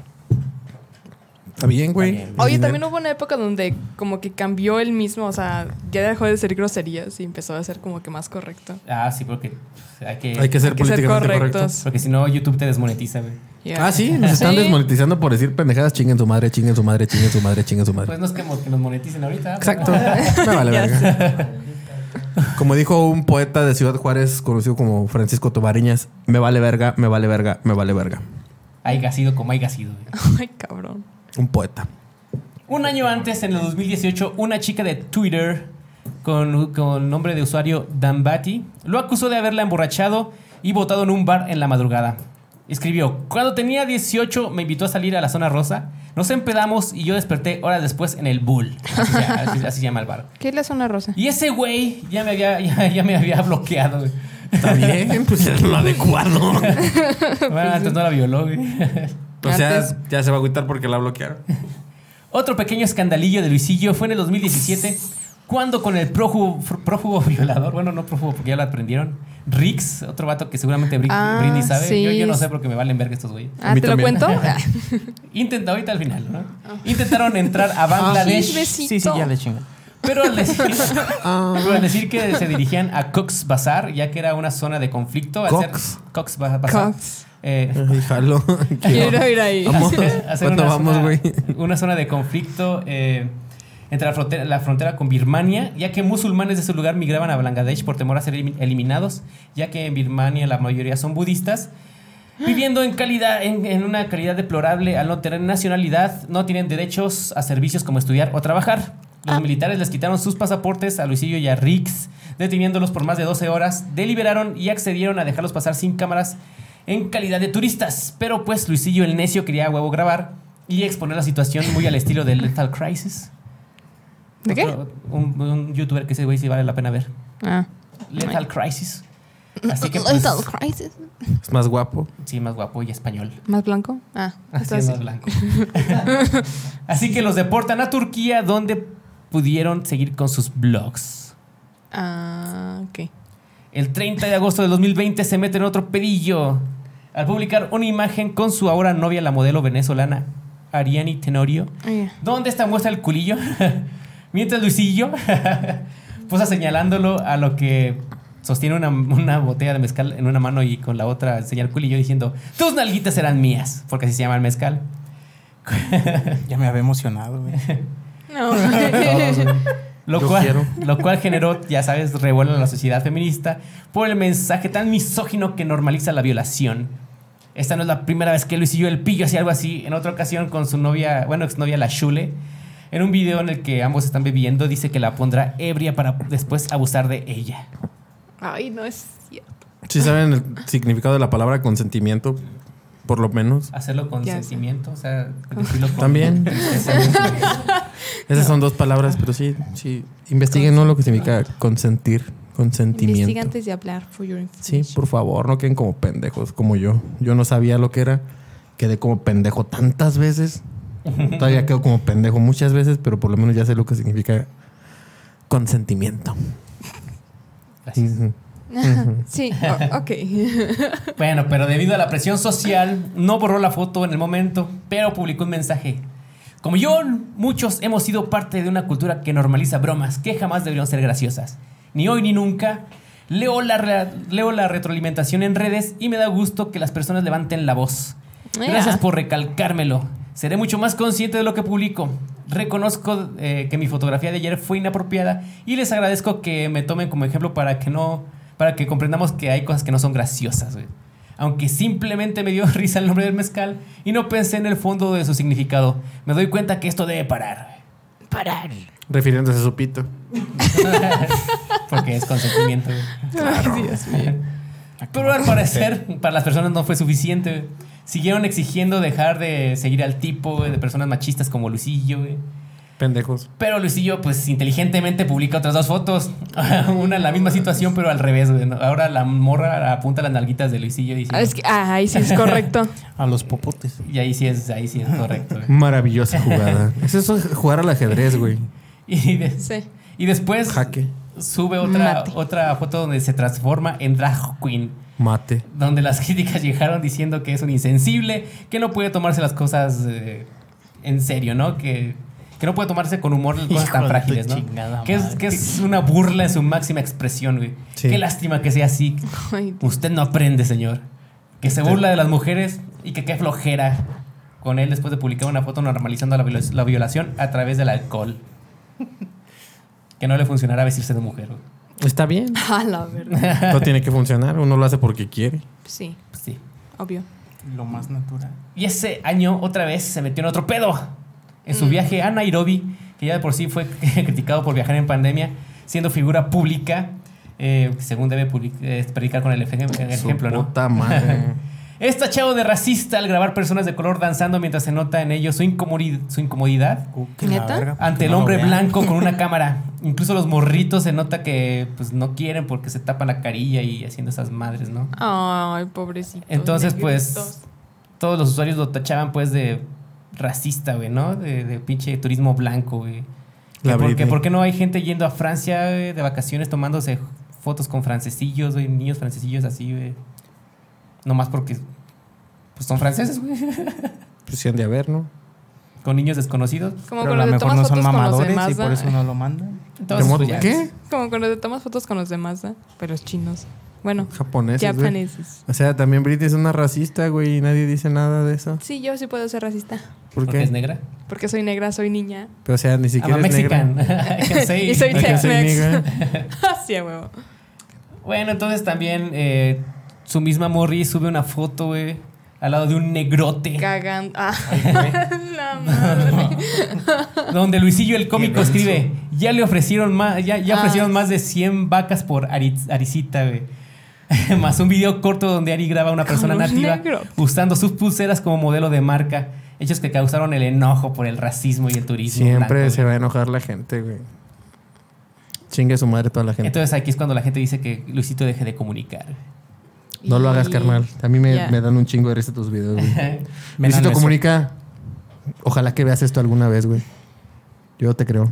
Speaker 3: Está bien, Pues güey.
Speaker 2: Oye, también hubo una época donde como que cambió él mismo, o sea, ya dejó de ser groserías y empezó a ser como que más correcto.
Speaker 1: Ah, sí, porque pues, hay que.
Speaker 3: Hay que ser
Speaker 2: Hay que ser
Speaker 3: políticamente correctos.
Speaker 2: correctos.
Speaker 1: Porque si no, YouTube te desmonetiza, güey.
Speaker 2: Yeah.
Speaker 3: Ah, sí, nos están
Speaker 2: Sí.
Speaker 3: desmonetizando por decir pendejadas. Chinguen su madre, chinguen su madre, chinguen su madre, chinguen su madre.
Speaker 1: Pues no es que, mo- que nos moneticen ahorita.
Speaker 2: Pues,
Speaker 3: Exacto. Me vale verga. Como dijo un poeta de Ciudad Juárez conocido como Francisco Tobariñas, me vale verga, me vale verga, me vale verga.
Speaker 1: Hay gasido como hay gasido, güey.
Speaker 2: Ay, cabrón.
Speaker 3: Un poeta.
Speaker 1: Un año antes, en el 2018, una chica de Twitter con, con nombre de usuario Dambati lo acusó de haberla emborrachado y botado en un bar en la madrugada. Escribió, cuando tenía 18 me invitó a salir a la zona rosa, nos empedamos y yo desperté horas después en el Bull. Así, se- así- así se llama el bar.
Speaker 2: ¿Qué es la zona rosa?
Speaker 1: Y ese güey ya me había, ya, ya me había bloqueado. güey.
Speaker 5: Está bien, pues es lo adecuado.
Speaker 1: Bueno, antes no la violó, güey.
Speaker 5: O sea,
Speaker 2: Antes-
Speaker 5: ya se va a agüitar porque la bloquearon.
Speaker 1: Otro pequeño escandalillo de Luisillo fue en el 2017, cuando con el prófugo, fr- prófugo violador, bueno, no prófugo porque ya lo aprendieron, Rix, otro vato que seguramente Brin-
Speaker 2: Ah,
Speaker 1: Brindy sabe, yo,
Speaker 2: sí.
Speaker 1: yo no sé porque me valen verga estos güeyes.
Speaker 2: Ah, ¿te lo
Speaker 5: también.
Speaker 2: cuento?
Speaker 1: Intenta ahorita al final, ¿no?
Speaker 2: Ah.
Speaker 1: Intentaron entrar a Bangladesh,
Speaker 2: Chismecito.
Speaker 4: Sí, sí, ya le chingo.
Speaker 1: pero al, decir,
Speaker 3: Ah,
Speaker 1: pero al decir que se dirigían a Cox Bazar, ya que era una zona de conflicto, al ser-
Speaker 5: Cox.
Speaker 1: Cox Ba- Bazar.
Speaker 2: Cox.
Speaker 1: Eh,
Speaker 5: Híjalo.
Speaker 2: Quiero ir ahí.
Speaker 5: Vamos.
Speaker 1: hacer- hacer
Speaker 5: ¿Cuándo
Speaker 1: una
Speaker 5: vamos,
Speaker 1: zona-
Speaker 5: güey?
Speaker 1: Una zona de conflicto eh, entre la frontera, la frontera con Birmania, ya que musulmanes de ese lugar migraban a Bangladesh por temor a ser elim- eliminados, ya que en Birmania la mayoría son budistas. Viviendo en, calidad, en, en una calidad deplorable al no tener nacionalidad, no tienen derechos a servicios como estudiar o trabajar. Los militares les quitaron sus pasaportes a Luisillo y a Rix, deteniéndolos por más de 12 horas, deliberaron y accedieron a dejarlos pasar sin cámaras en calidad de turistas. Pero pues Luisillo el necio quería a huevo grabar y exponer la situación muy al estilo de Lethal Crisis.
Speaker 2: ¿De qué?
Speaker 1: Otro- un, un youtuber que ese güey sí vale la pena ver.
Speaker 2: Ah.
Speaker 1: Lethal Crisis. Así que pues,
Speaker 2: crisis.
Speaker 5: Es más guapo.
Speaker 1: sí, más guapo y español.
Speaker 2: ¿Más blanco? Ah.
Speaker 1: Así
Speaker 2: entonces-
Speaker 1: es más blanco. Así que los deportan a Turquía, donde pudieron seguir con sus blogs.
Speaker 2: Ah, ok.
Speaker 1: El 30 de agosto de 2020 se mete en otro pedillo al publicar una imagen con su ahora novia, la modelo venezolana Ariani Tenorio,
Speaker 2: Ah, ya.
Speaker 1: donde está muestra el culillo, mientras Luisillo posa señalándolo a lo que sostiene una, una botella de mezcal en una mano y con la otra enseña el culillo diciendo, tus nalguitas serán mías, porque así se llama el mezcal.
Speaker 4: Ya me había emocionado, güey.
Speaker 2: No.
Speaker 1: Lo
Speaker 5: Yo quiero.
Speaker 1: cual, lo cual generó, ya sabes, revuelo en la sociedad feminista por el mensaje tan misógino que normaliza la violación. Esta no es la primera vez que Luisillo el Pillo hacía algo así. En otra ocasión con su novia, bueno, exnovia La Shule, en un video en el que ambos están bebiendo, dice que la pondrá ebria para después abusar de ella.
Speaker 2: Ay, no es cierto.
Speaker 5: Si saben el significado de la palabra consentimiento, por lo menos.
Speaker 1: Hacerlo con
Speaker 2: Ya sé.
Speaker 1: sentimiento, o sea, decirlo con-
Speaker 5: También. Esas son dos palabras, pero sí, sí. Investiguen ¿no? lo que significa consentir,
Speaker 2: Investiga
Speaker 5: consentimiento.
Speaker 2: antes de hablar. For your
Speaker 5: Sí,
Speaker 2: information.
Speaker 5: por favor, no queden como pendejos, como yo. Yo no sabía lo que era. Quedé como pendejo tantas veces. Todavía quedo como pendejo muchas veces, pero por lo menos ya sé lo que significa consentimiento.
Speaker 1: Gracias.
Speaker 5: Ujú.
Speaker 2: Sí, o- ok.
Speaker 1: Bueno, pero debido a la presión social, no borró la foto en el momento, pero publicó un mensaje. Como yo, muchos hemos sido parte de una cultura que normaliza bromas que jamás deberían ser graciosas. Ni hoy ni nunca. Leo la, re- leo la retroalimentación en redes y me da gusto que las personas levanten la voz. Gracias
Speaker 2: Ya.
Speaker 1: por recalcármelo. Seré mucho más consciente de lo que publico. Reconozco eh, que mi fotografía de ayer fue inapropiada y les agradezco que me tomen como ejemplo para que no para que comprendamos que hay cosas que no son graciosas, güey. Aunque simplemente me dio risa el nombre del mezcal y no pensé en el fondo de su significado, me doy cuenta que esto debe parar.
Speaker 2: Parar.
Speaker 5: Refiriéndose a su pito.
Speaker 1: Porque es consentimiento. güey.
Speaker 2: Ay, Dios.
Speaker 1: Pero al parecer, para las personas no fue suficiente. güey. Siguieron exigiendo dejar de seguir al tipo güey, de personas machistas como Lucillo, güey.
Speaker 5: Pendejos.
Speaker 1: Pero Luisillo, pues inteligentemente publica otras dos fotos. Una en la misma situación, pero al revés. güey, ¿no? Ahora la morra apunta las nalguitas de Luisillo y,
Speaker 2: Ah, es que, ah, ahí sí es correcto.
Speaker 4: A los popotes.
Speaker 1: y ahí sí es, ahí sí es correcto. güey.
Speaker 5: Maravillosa jugada. es eso jugar al ajedrez, güey.
Speaker 1: Y, de-
Speaker 2: Sí.
Speaker 1: y después
Speaker 5: Jaque.
Speaker 1: sube otra,
Speaker 2: Mate.
Speaker 1: otra foto donde se transforma en drag queen.
Speaker 5: Mate.
Speaker 1: Donde las críticas llegaron diciendo que es un insensible, que no puede tomarse las cosas eh, en serio, ¿no? Que, que no puede tomarse con humor las cosas
Speaker 4: Hijo de
Speaker 1: tan
Speaker 4: tu
Speaker 1: frágiles, ¿no?
Speaker 4: chingada
Speaker 1: Que es,
Speaker 4: madre.
Speaker 1: que es una burla en su máxima expresión, güey.
Speaker 5: Sí.
Speaker 1: Qué lástima que sea así.
Speaker 2: Ay, Dios.
Speaker 1: Usted no aprende, señor. Que se burla de las mujeres y que qué flojera con él después de publicar una foto normalizando la, viol- la violación a través del alcohol. Que no le funcionará vestirse de mujer. güey.
Speaker 5: Está bien.
Speaker 2: Ah, la verdad.
Speaker 5: No tiene que funcionar. Uno lo hace porque quiere.
Speaker 2: Sí,
Speaker 1: Pues sí.
Speaker 2: obvio.
Speaker 4: Lo más natural.
Speaker 1: Y ese año otra vez se metió en otro pedo. En su viaje a Nairobi, que ya de por sí fue criticado por viajar en pandemia, siendo figura pública, eh, según debe public- eh, predicar con el, efe- el
Speaker 5: Su
Speaker 1: ejemplo, ¿no?
Speaker 5: puta madre.
Speaker 1: Es tachado de racista al grabar personas de color danzando mientras se nota en ellos su, incomodi- su incomodidad
Speaker 4: Uh, que la
Speaker 2: ¿Neta?
Speaker 4: verga, ¿por
Speaker 1: ante
Speaker 4: qué
Speaker 1: el
Speaker 4: no lo
Speaker 1: hombre
Speaker 4: vean?
Speaker 1: blanco con una cámara. Incluso los morritos se nota que pues no quieren porque se tapan la carilla y haciendo esas madres, ¿no?
Speaker 2: Ay, pobrecito.
Speaker 1: Entonces, pues, todos los usuarios lo tachaban, pues, de racista, güey, ¿no? De, de pinche turismo blanco, güey. Que
Speaker 3: La
Speaker 1: ¿Por qué,
Speaker 3: Britney.
Speaker 1: por qué no hay gente yendo a Francia güey, de vacaciones tomándose fotos con francesillos, güey? Niños francesillos así, güey. Nomás porque pues, son franceses, güey.
Speaker 3: Pues sí han de haber, ¿no?
Speaker 1: Con niños desconocidos.
Speaker 2: Como
Speaker 4: Pero
Speaker 2: con
Speaker 4: a lo
Speaker 2: los de
Speaker 4: mejor
Speaker 2: tomas
Speaker 4: no son
Speaker 2: fotos con los de
Speaker 4: mamadores y por
Speaker 2: Mazda.
Speaker 4: eso no lo mandan.
Speaker 1: Entonces,
Speaker 3: ¿De modo
Speaker 1: pues, ya.
Speaker 3: qué?
Speaker 2: Como con los de tomas fotos con los de Mazda, pero los chinos. Bueno,
Speaker 3: Japoneses, güey.
Speaker 2: japoneses.
Speaker 3: O sea, también Britney es una racista, güey, y nadie dice nada de eso.
Speaker 2: Sí, yo sí puedo ser racista.
Speaker 3: ¿Por
Speaker 1: Porque
Speaker 3: qué?
Speaker 1: es Ah, negra.
Speaker 2: Porque soy negra, soy niña.
Speaker 3: Pero, o sea, ni
Speaker 1: I'm a
Speaker 3: siquiera es negra.
Speaker 1: Mexican. I can say.
Speaker 2: y soy
Speaker 3: Porque soy
Speaker 2: Tex-Mex. Así, Ah, a huevo.
Speaker 1: Bueno, entonces también eh, su misma Morri sube una foto, güey, al lado de un negrote.
Speaker 2: Cagando. Ah. La madre.
Speaker 1: Donde Luisillo el cómico
Speaker 5: Qué denso.
Speaker 1: escribe, ya le ofrecieron más, ya, ya
Speaker 2: Ah.
Speaker 1: ofrecieron más de 100 vacas por Ari- Aricita, güey. más un video corto donde Ari graba a una persona
Speaker 2: Como un
Speaker 1: nativa
Speaker 2: negro.
Speaker 1: usando sus pulseras como modelo de marca. Hechos que causaron el enojo por el racismo y el turismo.
Speaker 3: Siempre
Speaker 1: blanco,
Speaker 3: se
Speaker 1: güey.
Speaker 3: va a enojar la gente, güey. Chingue su madre toda la gente.
Speaker 1: Entonces aquí es cuando la gente dice que Luisito deje de comunicar.
Speaker 3: no lo hagas,
Speaker 2: Y-
Speaker 3: carnal. A mí me,
Speaker 2: Ya.
Speaker 3: me dan un chingo de risa tus videos, güey.
Speaker 4: Ven
Speaker 3: Luisito
Speaker 4: al mes-
Speaker 3: Comunica, ojalá que veas esto alguna vez, güey. Yo te creo.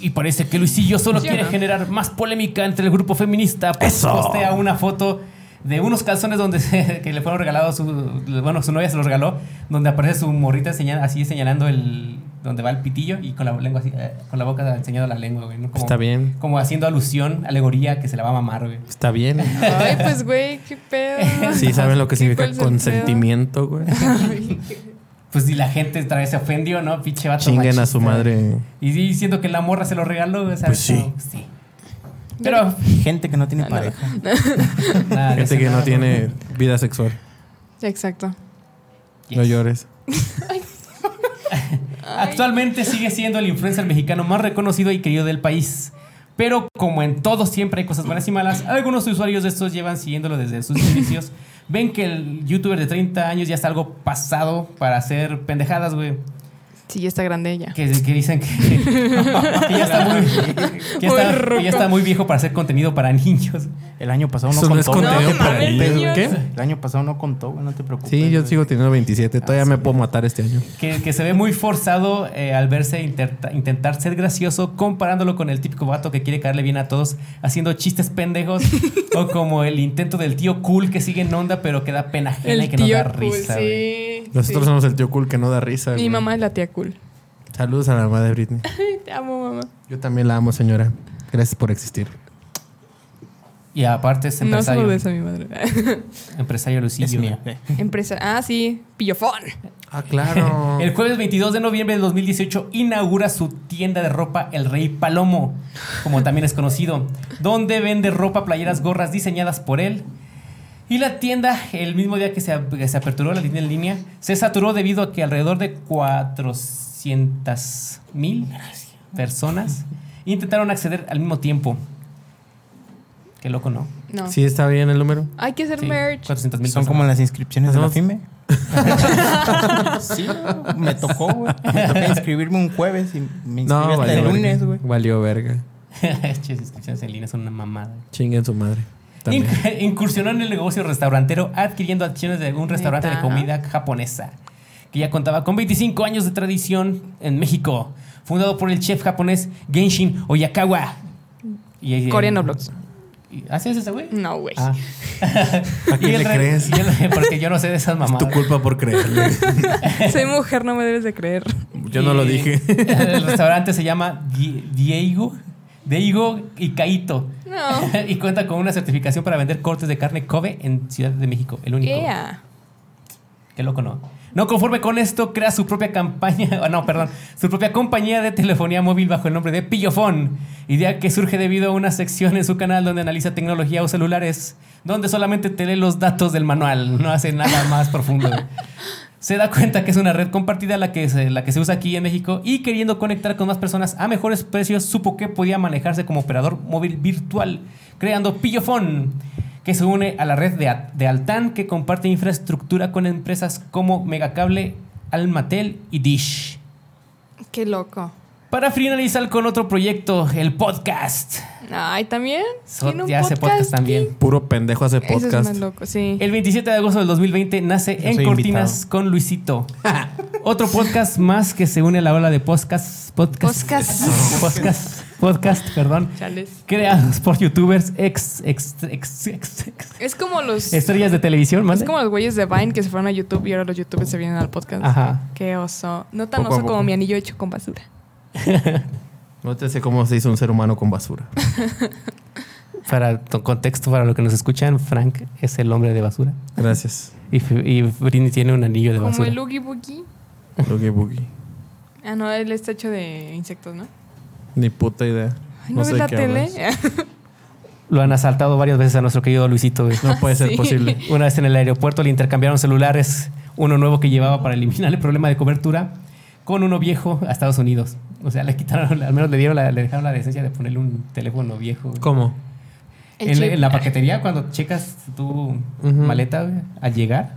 Speaker 1: Y parece que Luisillo solo
Speaker 2: Ya.
Speaker 1: quiere generar más polémica entre el grupo feminista. Pues
Speaker 3: ¡Eso!
Speaker 1: Postea una foto de unos calzones donde se- que le fueron regalados, su, bueno, su novia se los regaló, donde aparece su morrita señal, así señalando el donde va el pitillo y con la lengua así, eh, con la boca enseñando la lengua, güey. ¿no? Como,
Speaker 3: Está bien.
Speaker 1: Como haciendo alusión, alegoría que se la va a mamar, güey.
Speaker 3: Está bien.
Speaker 2: Ay, pues, güey, qué pedo.
Speaker 3: Sí, saben lo
Speaker 2: ¿Qué fue
Speaker 3: que significa
Speaker 2: el
Speaker 3: consentimiento, güey.
Speaker 1: Pues y la gente otra vez se ofendió, ¿no? Pinche vato
Speaker 3: Chinguen a
Speaker 1: machista.
Speaker 3: su madre.
Speaker 1: Y sí, siento que la morra se lo regaló, güey, ¿sabes?
Speaker 3: Pues sí.
Speaker 1: Como, sí. Pero
Speaker 4: Gente que no tiene pareja.
Speaker 1: nada, de
Speaker 3: Gente
Speaker 1: eso
Speaker 3: que no
Speaker 1: nada,
Speaker 3: tiene vida sexual.
Speaker 2: Exacto.
Speaker 3: No llores.
Speaker 1: Actualmente sigue siendo el influencer mexicano más reconocido y querido del país. Pero como en todo siempre hay cosas buenas y malas, algunos usuarios de estos llevan siguiéndolo desde sus inicios. Ven que el youtuber de 30 años ya es algo pasado para hacer pendejadas, güey.
Speaker 2: Sí, ya está grande ella.
Speaker 1: Que, que dicen que, que ya está muy, que ya está- que ya está muy viejo para hacer contenido para niños.
Speaker 4: El año pasado no
Speaker 3: Eso no es
Speaker 4: contó. güey.
Speaker 3: contenido
Speaker 2: No,
Speaker 3: para
Speaker 2: mames,
Speaker 3: niños.
Speaker 2: niños.
Speaker 3: ¿Qué?
Speaker 4: El año pasado no contó, güey, no te preocupes.
Speaker 3: Sí, yo
Speaker 4: güey.
Speaker 3: sigo teniendo 27. Todavía
Speaker 2: Ah,
Speaker 3: me puedo matar este año.
Speaker 1: Que, que se ve muy forzado eh, al verse interta- intentar ser gracioso comparándolo con el típico vato que quiere caerle bien a todos haciendo chistes pendejos o como el intento del tío cool que sigue en onda pero que da pena ajena y que no da risa.
Speaker 2: cool,
Speaker 1: güey.
Speaker 2: sí.
Speaker 3: Nosotros
Speaker 2: sí.
Speaker 3: somos el tío cool que no da risa.
Speaker 2: Mi
Speaker 3: güey.
Speaker 2: mamá es la tía cool.
Speaker 3: Saludos a la mamá de Britney.
Speaker 2: Te amo, mamá.
Speaker 3: Yo también la amo, señora. Gracias por existir.
Speaker 1: Y aparte es
Speaker 2: No
Speaker 1: empresario,
Speaker 2: solo de eso, mi madre.
Speaker 1: empresario Lucillo.
Speaker 4: Es mía.
Speaker 2: Empresa. Ah, sí. Pillofón.
Speaker 3: Ah, claro.
Speaker 1: El jueves 22 de noviembre de 2018 inaugura su tienda de ropa El Rey Palomo, como también es conocido, donde vende ropa, playeras, gorras diseñadas por él. Y la tienda, el mismo día que se, ab- que se aperturó la tienda en línea, se saturó debido a que alrededor de 400 mil personas intentaron acceder al mismo tiempo. Qué loco, ¿no?
Speaker 2: No.
Speaker 3: Sí, está bien el número.
Speaker 2: Hay que hacer
Speaker 1: Sí,
Speaker 2: merch.
Speaker 1: 400 mil
Speaker 4: Son como las inscripciones de la
Speaker 3: Somos-
Speaker 4: FIME. sí, me tocó, güey. Me tocó inscribirme un jueves y me inscribí
Speaker 3: No,
Speaker 4: hasta
Speaker 3: valió
Speaker 4: el
Speaker 3: verga.
Speaker 4: lunes, güey.
Speaker 3: Valió verga.
Speaker 1: Las inscripciones en línea son una mamada.
Speaker 3: Chinguen su madre. También.
Speaker 1: Inc- incursionó en el negocio restaurantero adquiriendo acciones de un restaurante de
Speaker 2: Neta.
Speaker 1: comida japonesa que ya contaba con 25 años de tradición en México, fundado por el chef japonés Genshin Oyakawa. Y- y-
Speaker 2: Coreano Blogs.
Speaker 1: y- ¿Ah, sí es ese güey?
Speaker 2: No, güey.
Speaker 1: Ah.
Speaker 3: ¿A quién
Speaker 1: Y el
Speaker 3: le
Speaker 1: re-
Speaker 3: crees?
Speaker 1: y el- porque yo no sé de esas
Speaker 3: Es
Speaker 1: mamadas.
Speaker 3: tu culpa por creerle.
Speaker 2: Soy mujer, no me debes de creer.
Speaker 3: Yo no lo
Speaker 1: Y
Speaker 3: dije.
Speaker 1: El restaurante se llama Die- Diego, Diego y Kaito.
Speaker 2: No.
Speaker 1: y cuenta con una certificación para vender cortes de carne Kobe en Ciudad de México, el único.
Speaker 2: Ea.
Speaker 1: Qué loco, ¿no? No conforme con esto, crea su propia campaña, ah, no, perdón, su propia compañía de telefonía móvil bajo el nombre de Pillofón, idea que surge debido a una sección en su canal donde analiza tecnología o celulares, donde solamente te lee los datos del manual, no hace nada más profundo. Se da cuenta que es una red compartida la que, se, la que se usa aquí en México y queriendo conectar con más personas a mejores precios, supo que podía manejarse como operador móvil virtual, creando Pillofón, que se une a la red de, A- de Altán que comparte infraestructura con empresas como Megacable, Almatel y Dish.
Speaker 2: Qué loco.
Speaker 1: Para finalizar con otro proyecto, el podcast.
Speaker 2: Ay, también.
Speaker 1: So-
Speaker 2: Tiene un
Speaker 1: ya hace podcast también.
Speaker 5: Puro pendejo hace
Speaker 2: Eso es
Speaker 5: podcast.
Speaker 2: más loco, sí.
Speaker 1: El 27 de agosto del 2020 nace
Speaker 4: Yo
Speaker 1: en
Speaker 4: soy
Speaker 1: Cortinas
Speaker 4: invitado.
Speaker 1: con Luisito. Otro podcast más que se une a la ola de podcasts. Podcasts.
Speaker 2: Podcast.
Speaker 1: Podcast. Podcast, perdón.
Speaker 2: Chales.
Speaker 1: Creados por youtubers ex, ex, ex, ex- ex-
Speaker 2: Es como los.
Speaker 1: estrellas de televisión, ¿mande?
Speaker 2: Es como los güeyes de Vine que se fueron a YouTube y ahora los youtubers se vienen al podcast.
Speaker 1: Ajá.
Speaker 2: Qué oso. No tan
Speaker 5: Poco a
Speaker 2: oso como
Speaker 5: poco.
Speaker 2: mi anillo hecho con basura.
Speaker 5: No te sé cómo se hizo un ser humano con basura.
Speaker 1: Para to- contexto, para lo que nos escuchan, Frank es el hombre de basura.
Speaker 5: Gracias.
Speaker 1: Y, F- y Britney tiene un anillo de
Speaker 2: Como
Speaker 1: basura.
Speaker 2: el Oogie Boogie.
Speaker 5: Boogie Boogie.
Speaker 2: Ah, no, él está hecho de insectos, ¿no?
Speaker 5: Ni puta idea.
Speaker 2: Ay, ¿no, ves
Speaker 5: de
Speaker 2: la
Speaker 5: qué
Speaker 2: tele?
Speaker 5: hablas.
Speaker 1: Lo han asaltado varias veces a nuestro querido Luisito. güey.
Speaker 5: No puede ser
Speaker 2: Sí.
Speaker 5: posible.
Speaker 1: Una vez en el aeropuerto le intercambiaron celulares, uno nuevo que llevaba para eliminar el problema de cobertura, con uno viejo a Estados Unidos. O sea, le quitaron, al menos le dieron, la- le dejaron la decencia de ponerle un teléfono viejo. güey.
Speaker 5: ¿Cómo?
Speaker 2: El
Speaker 1: En, la-
Speaker 2: chip.
Speaker 1: en la paquetería, cuando checas tu maleta güey, al llegar,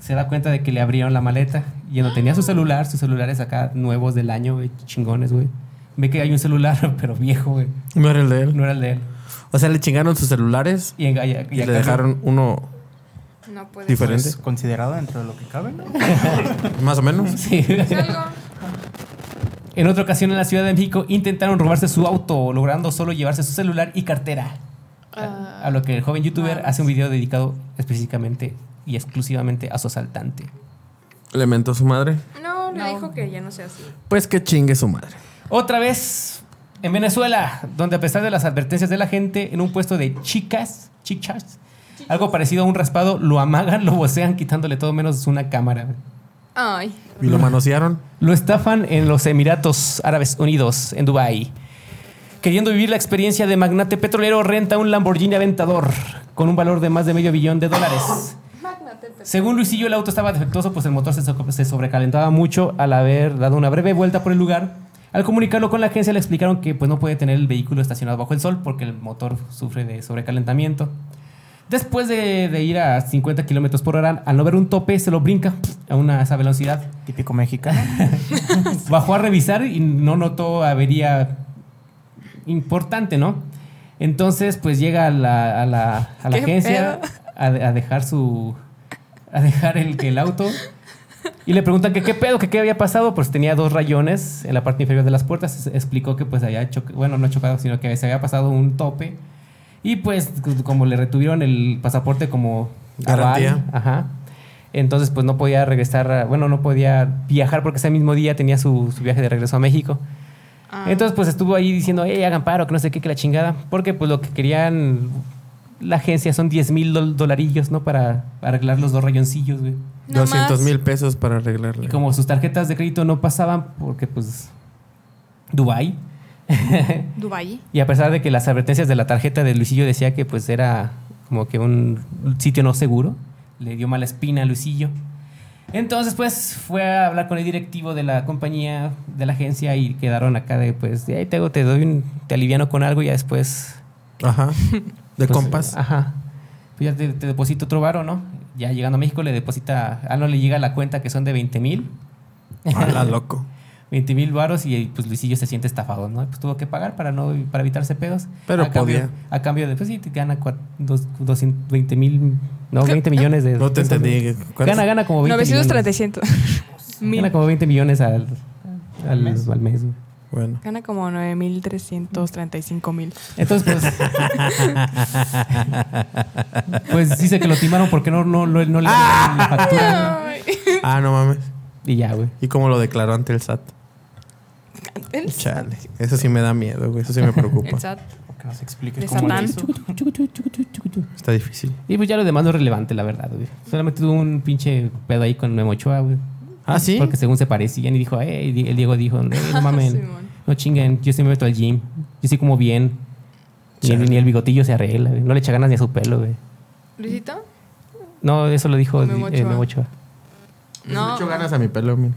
Speaker 1: se da cuenta de que le abrieron la maleta y no tenía su celular, sus celulares acá nuevos del año, güey, chingones, güey. Ve que hay un celular, pero viejo, güey.
Speaker 5: No era el de él.
Speaker 1: No era el de él.
Speaker 5: O sea, le chingaron sus celulares
Speaker 1: Y, en- y a-
Speaker 5: y,
Speaker 1: y Pues, a
Speaker 5: le
Speaker 1: cambio-
Speaker 5: dejaron uno
Speaker 2: No puede ser.
Speaker 5: diferente.
Speaker 4: Es Pues, considerado dentro de lo que cabe, ¿no?
Speaker 1: pues.
Speaker 5: Más o menos.
Speaker 1: Sí.
Speaker 2: Algo.
Speaker 1: En otra ocasión en la Ciudad de México intentaron robarse su auto, logrando solo llevarse su celular y cartera. A- a lo que el joven youtuber hace un video dedicado específicamente y exclusivamente a su asaltante.
Speaker 5: Le mentó su madre.
Speaker 2: No, le dijo que ya no sea así.
Speaker 5: Pues que chingue su madre.
Speaker 1: Otra vez en Venezuela, donde a pesar de las advertencias de la gente, en un puesto de chicas, chichas, algo parecido a un raspado, lo amagan, lo vocean, quitándole todo menos una cámara.
Speaker 2: Ay.
Speaker 5: Y lo manosearon.
Speaker 1: Lo estafan en los Emiratos Árabes Unidos, en Dubái. Queriendo vivir la experiencia de magnate petrolero, renta un Lamborghini Aventador con un valor de más de medio billón de dólares. Según Luisillo, el auto estaba defectuoso, pues el motor se, so- se sobrecalentaba mucho al haber dado una breve vuelta por el lugar. Al comunicarlo con la agencia le explicaron que pues, no puede tener el vehículo estacionado bajo el sol porque el motor sufre de sobrecalentamiento. Después de, de ir a 50 kilómetros por hora, al no ver un tope, se lo brinca a una a esa velocidad.
Speaker 4: Típico mexicano.
Speaker 1: Bajó a revisar y no notó avería importante, ¿no? Entonces, pues llega a la, a la, a la
Speaker 2: ¿Qué
Speaker 1: agencia
Speaker 2: pedo?
Speaker 1: a, a dejar su. a dejar el, que el auto. Y le preguntan que qué pedo, que qué había pasado. Pues tenía dos rayones en la parte inferior de las puertas. Es- Explicó que pues había chocado, bueno, no chocado, sino que se había pasado un tope. Y pues c- como le retuvieron el pasaporte como aval,
Speaker 5: Garantía.
Speaker 1: ajá. Entonces pues no podía regresar, a- bueno, no podía viajar porque ese mismo día tenía su, su viaje de regreso a México. Entonces pues estuvo ahí diciendo, hey, hagan paro, que no sé qué, que la chingada. Porque pues lo que querían la agencia son 10 mil dol- dolarillos, ¿no? Para arreglar los dos rayoncillos, güey.
Speaker 2: No
Speaker 5: 200
Speaker 2: más.
Speaker 5: mil pesos para
Speaker 1: Y
Speaker 5: arreglarle.
Speaker 1: como sus tarjetas de crédito no pasaban porque pues Dubai
Speaker 2: Dubai.
Speaker 1: y a pesar de que las advertencias de la tarjeta de Luisillo decía que pues era como que un sitio no seguro, le dio mala espina a Luisillo. Entonces pues fue a hablar con el directivo de la compañía, de la agencia y quedaron acá de pues, de ahí te, hago- te doy un, te aliviano con algo y ya después
Speaker 5: Ajá. De
Speaker 1: pues,
Speaker 5: compas.
Speaker 1: Ajá. Pues ya te, te deposito otro varo, ¿no? Ya llegando a México le deposita, a no le llega la cuenta que son de 20 mil.
Speaker 5: A la loco.
Speaker 1: 20 mil varos y pues Luisillo se siente estafado, ¿no? Pues tuvo que pagar para no para evitarse pedos.
Speaker 5: Pero
Speaker 1: a cambio,
Speaker 5: podía.
Speaker 1: A cambio de, pues sí, te gana 20 mil, no, 20 millones de...
Speaker 5: No te
Speaker 1: pesos.
Speaker 5: entendí. ¿Cuál es?
Speaker 1: Gana, gana como 20 millones.
Speaker 2: 937.
Speaker 1: Gana como 20 millones al, al, al mes. güey.
Speaker 5: Bueno.
Speaker 2: Gana como 9.335 mil.
Speaker 1: Entonces, pues... pues dice que lo timaron porque no, no, no, no le dieron la factura. Ah, ¿no?
Speaker 5: Ah, no mames.
Speaker 1: Y ya, güey.
Speaker 5: ¿Y cómo lo declaró ante el SAT?
Speaker 2: El
Speaker 5: Chale. Eso sí me da miedo, güey. Eso sí me preocupa.
Speaker 2: el SAT
Speaker 4: Que nos explique
Speaker 2: de
Speaker 4: cómo lo
Speaker 2: Satán.
Speaker 4: hizo.
Speaker 5: Está difícil.
Speaker 1: Y pues ya lo demás no es relevante, la verdad, güey. Solamente tuvo un pinche pedo ahí con Memo Ochoa, güey.
Speaker 5: Ah, sí.
Speaker 1: Porque según se parecían y dijo, "Ey", di- el Diego dijo, "Ey, no mamen,
Speaker 2: Simón.
Speaker 1: no chinguen, yo sí me meto al gym, yo sí como bien. Ni el,
Speaker 5: Chale.
Speaker 1: ni el bigotillo se arregla, güey. no le echa ganas ni a su pelo, güey.
Speaker 2: ¿Luisito?
Speaker 1: No, eso lo dijo
Speaker 2: Memo
Speaker 1: eh,
Speaker 2: Ochoa.
Speaker 1: Memo Ochoa.
Speaker 2: No.
Speaker 5: Le echo ganas a mi pelo, mira.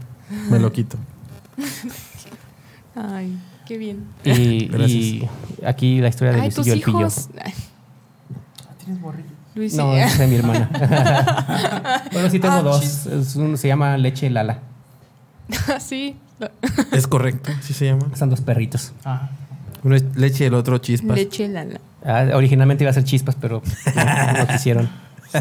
Speaker 5: Me lo quito.
Speaker 2: Ay, qué bien.
Speaker 1: Y,
Speaker 5: Gracias.
Speaker 1: y aquí la historia de
Speaker 2: Ay, tus
Speaker 1: Luisillo el Pillo.
Speaker 2: hijos. Ay,
Speaker 4: tienes borrillos?
Speaker 2: Luis,
Speaker 1: No,
Speaker 2: sí.
Speaker 1: esa es mi hermana. bueno, sí tengo
Speaker 2: Ah,
Speaker 1: dos.
Speaker 2: chis.
Speaker 1: Es uno se llama Leche y Lala.
Speaker 2: Ah, sí. lo-
Speaker 1: Pues
Speaker 7: Es correcto.
Speaker 3: Así se llama.
Speaker 1: Son dos perritos.
Speaker 4: Ajá.
Speaker 3: Uno es leche y el otro chispas.
Speaker 2: Leche lala.
Speaker 1: Ah, originalmente iba a ser Chispas, pero no, no quisieron.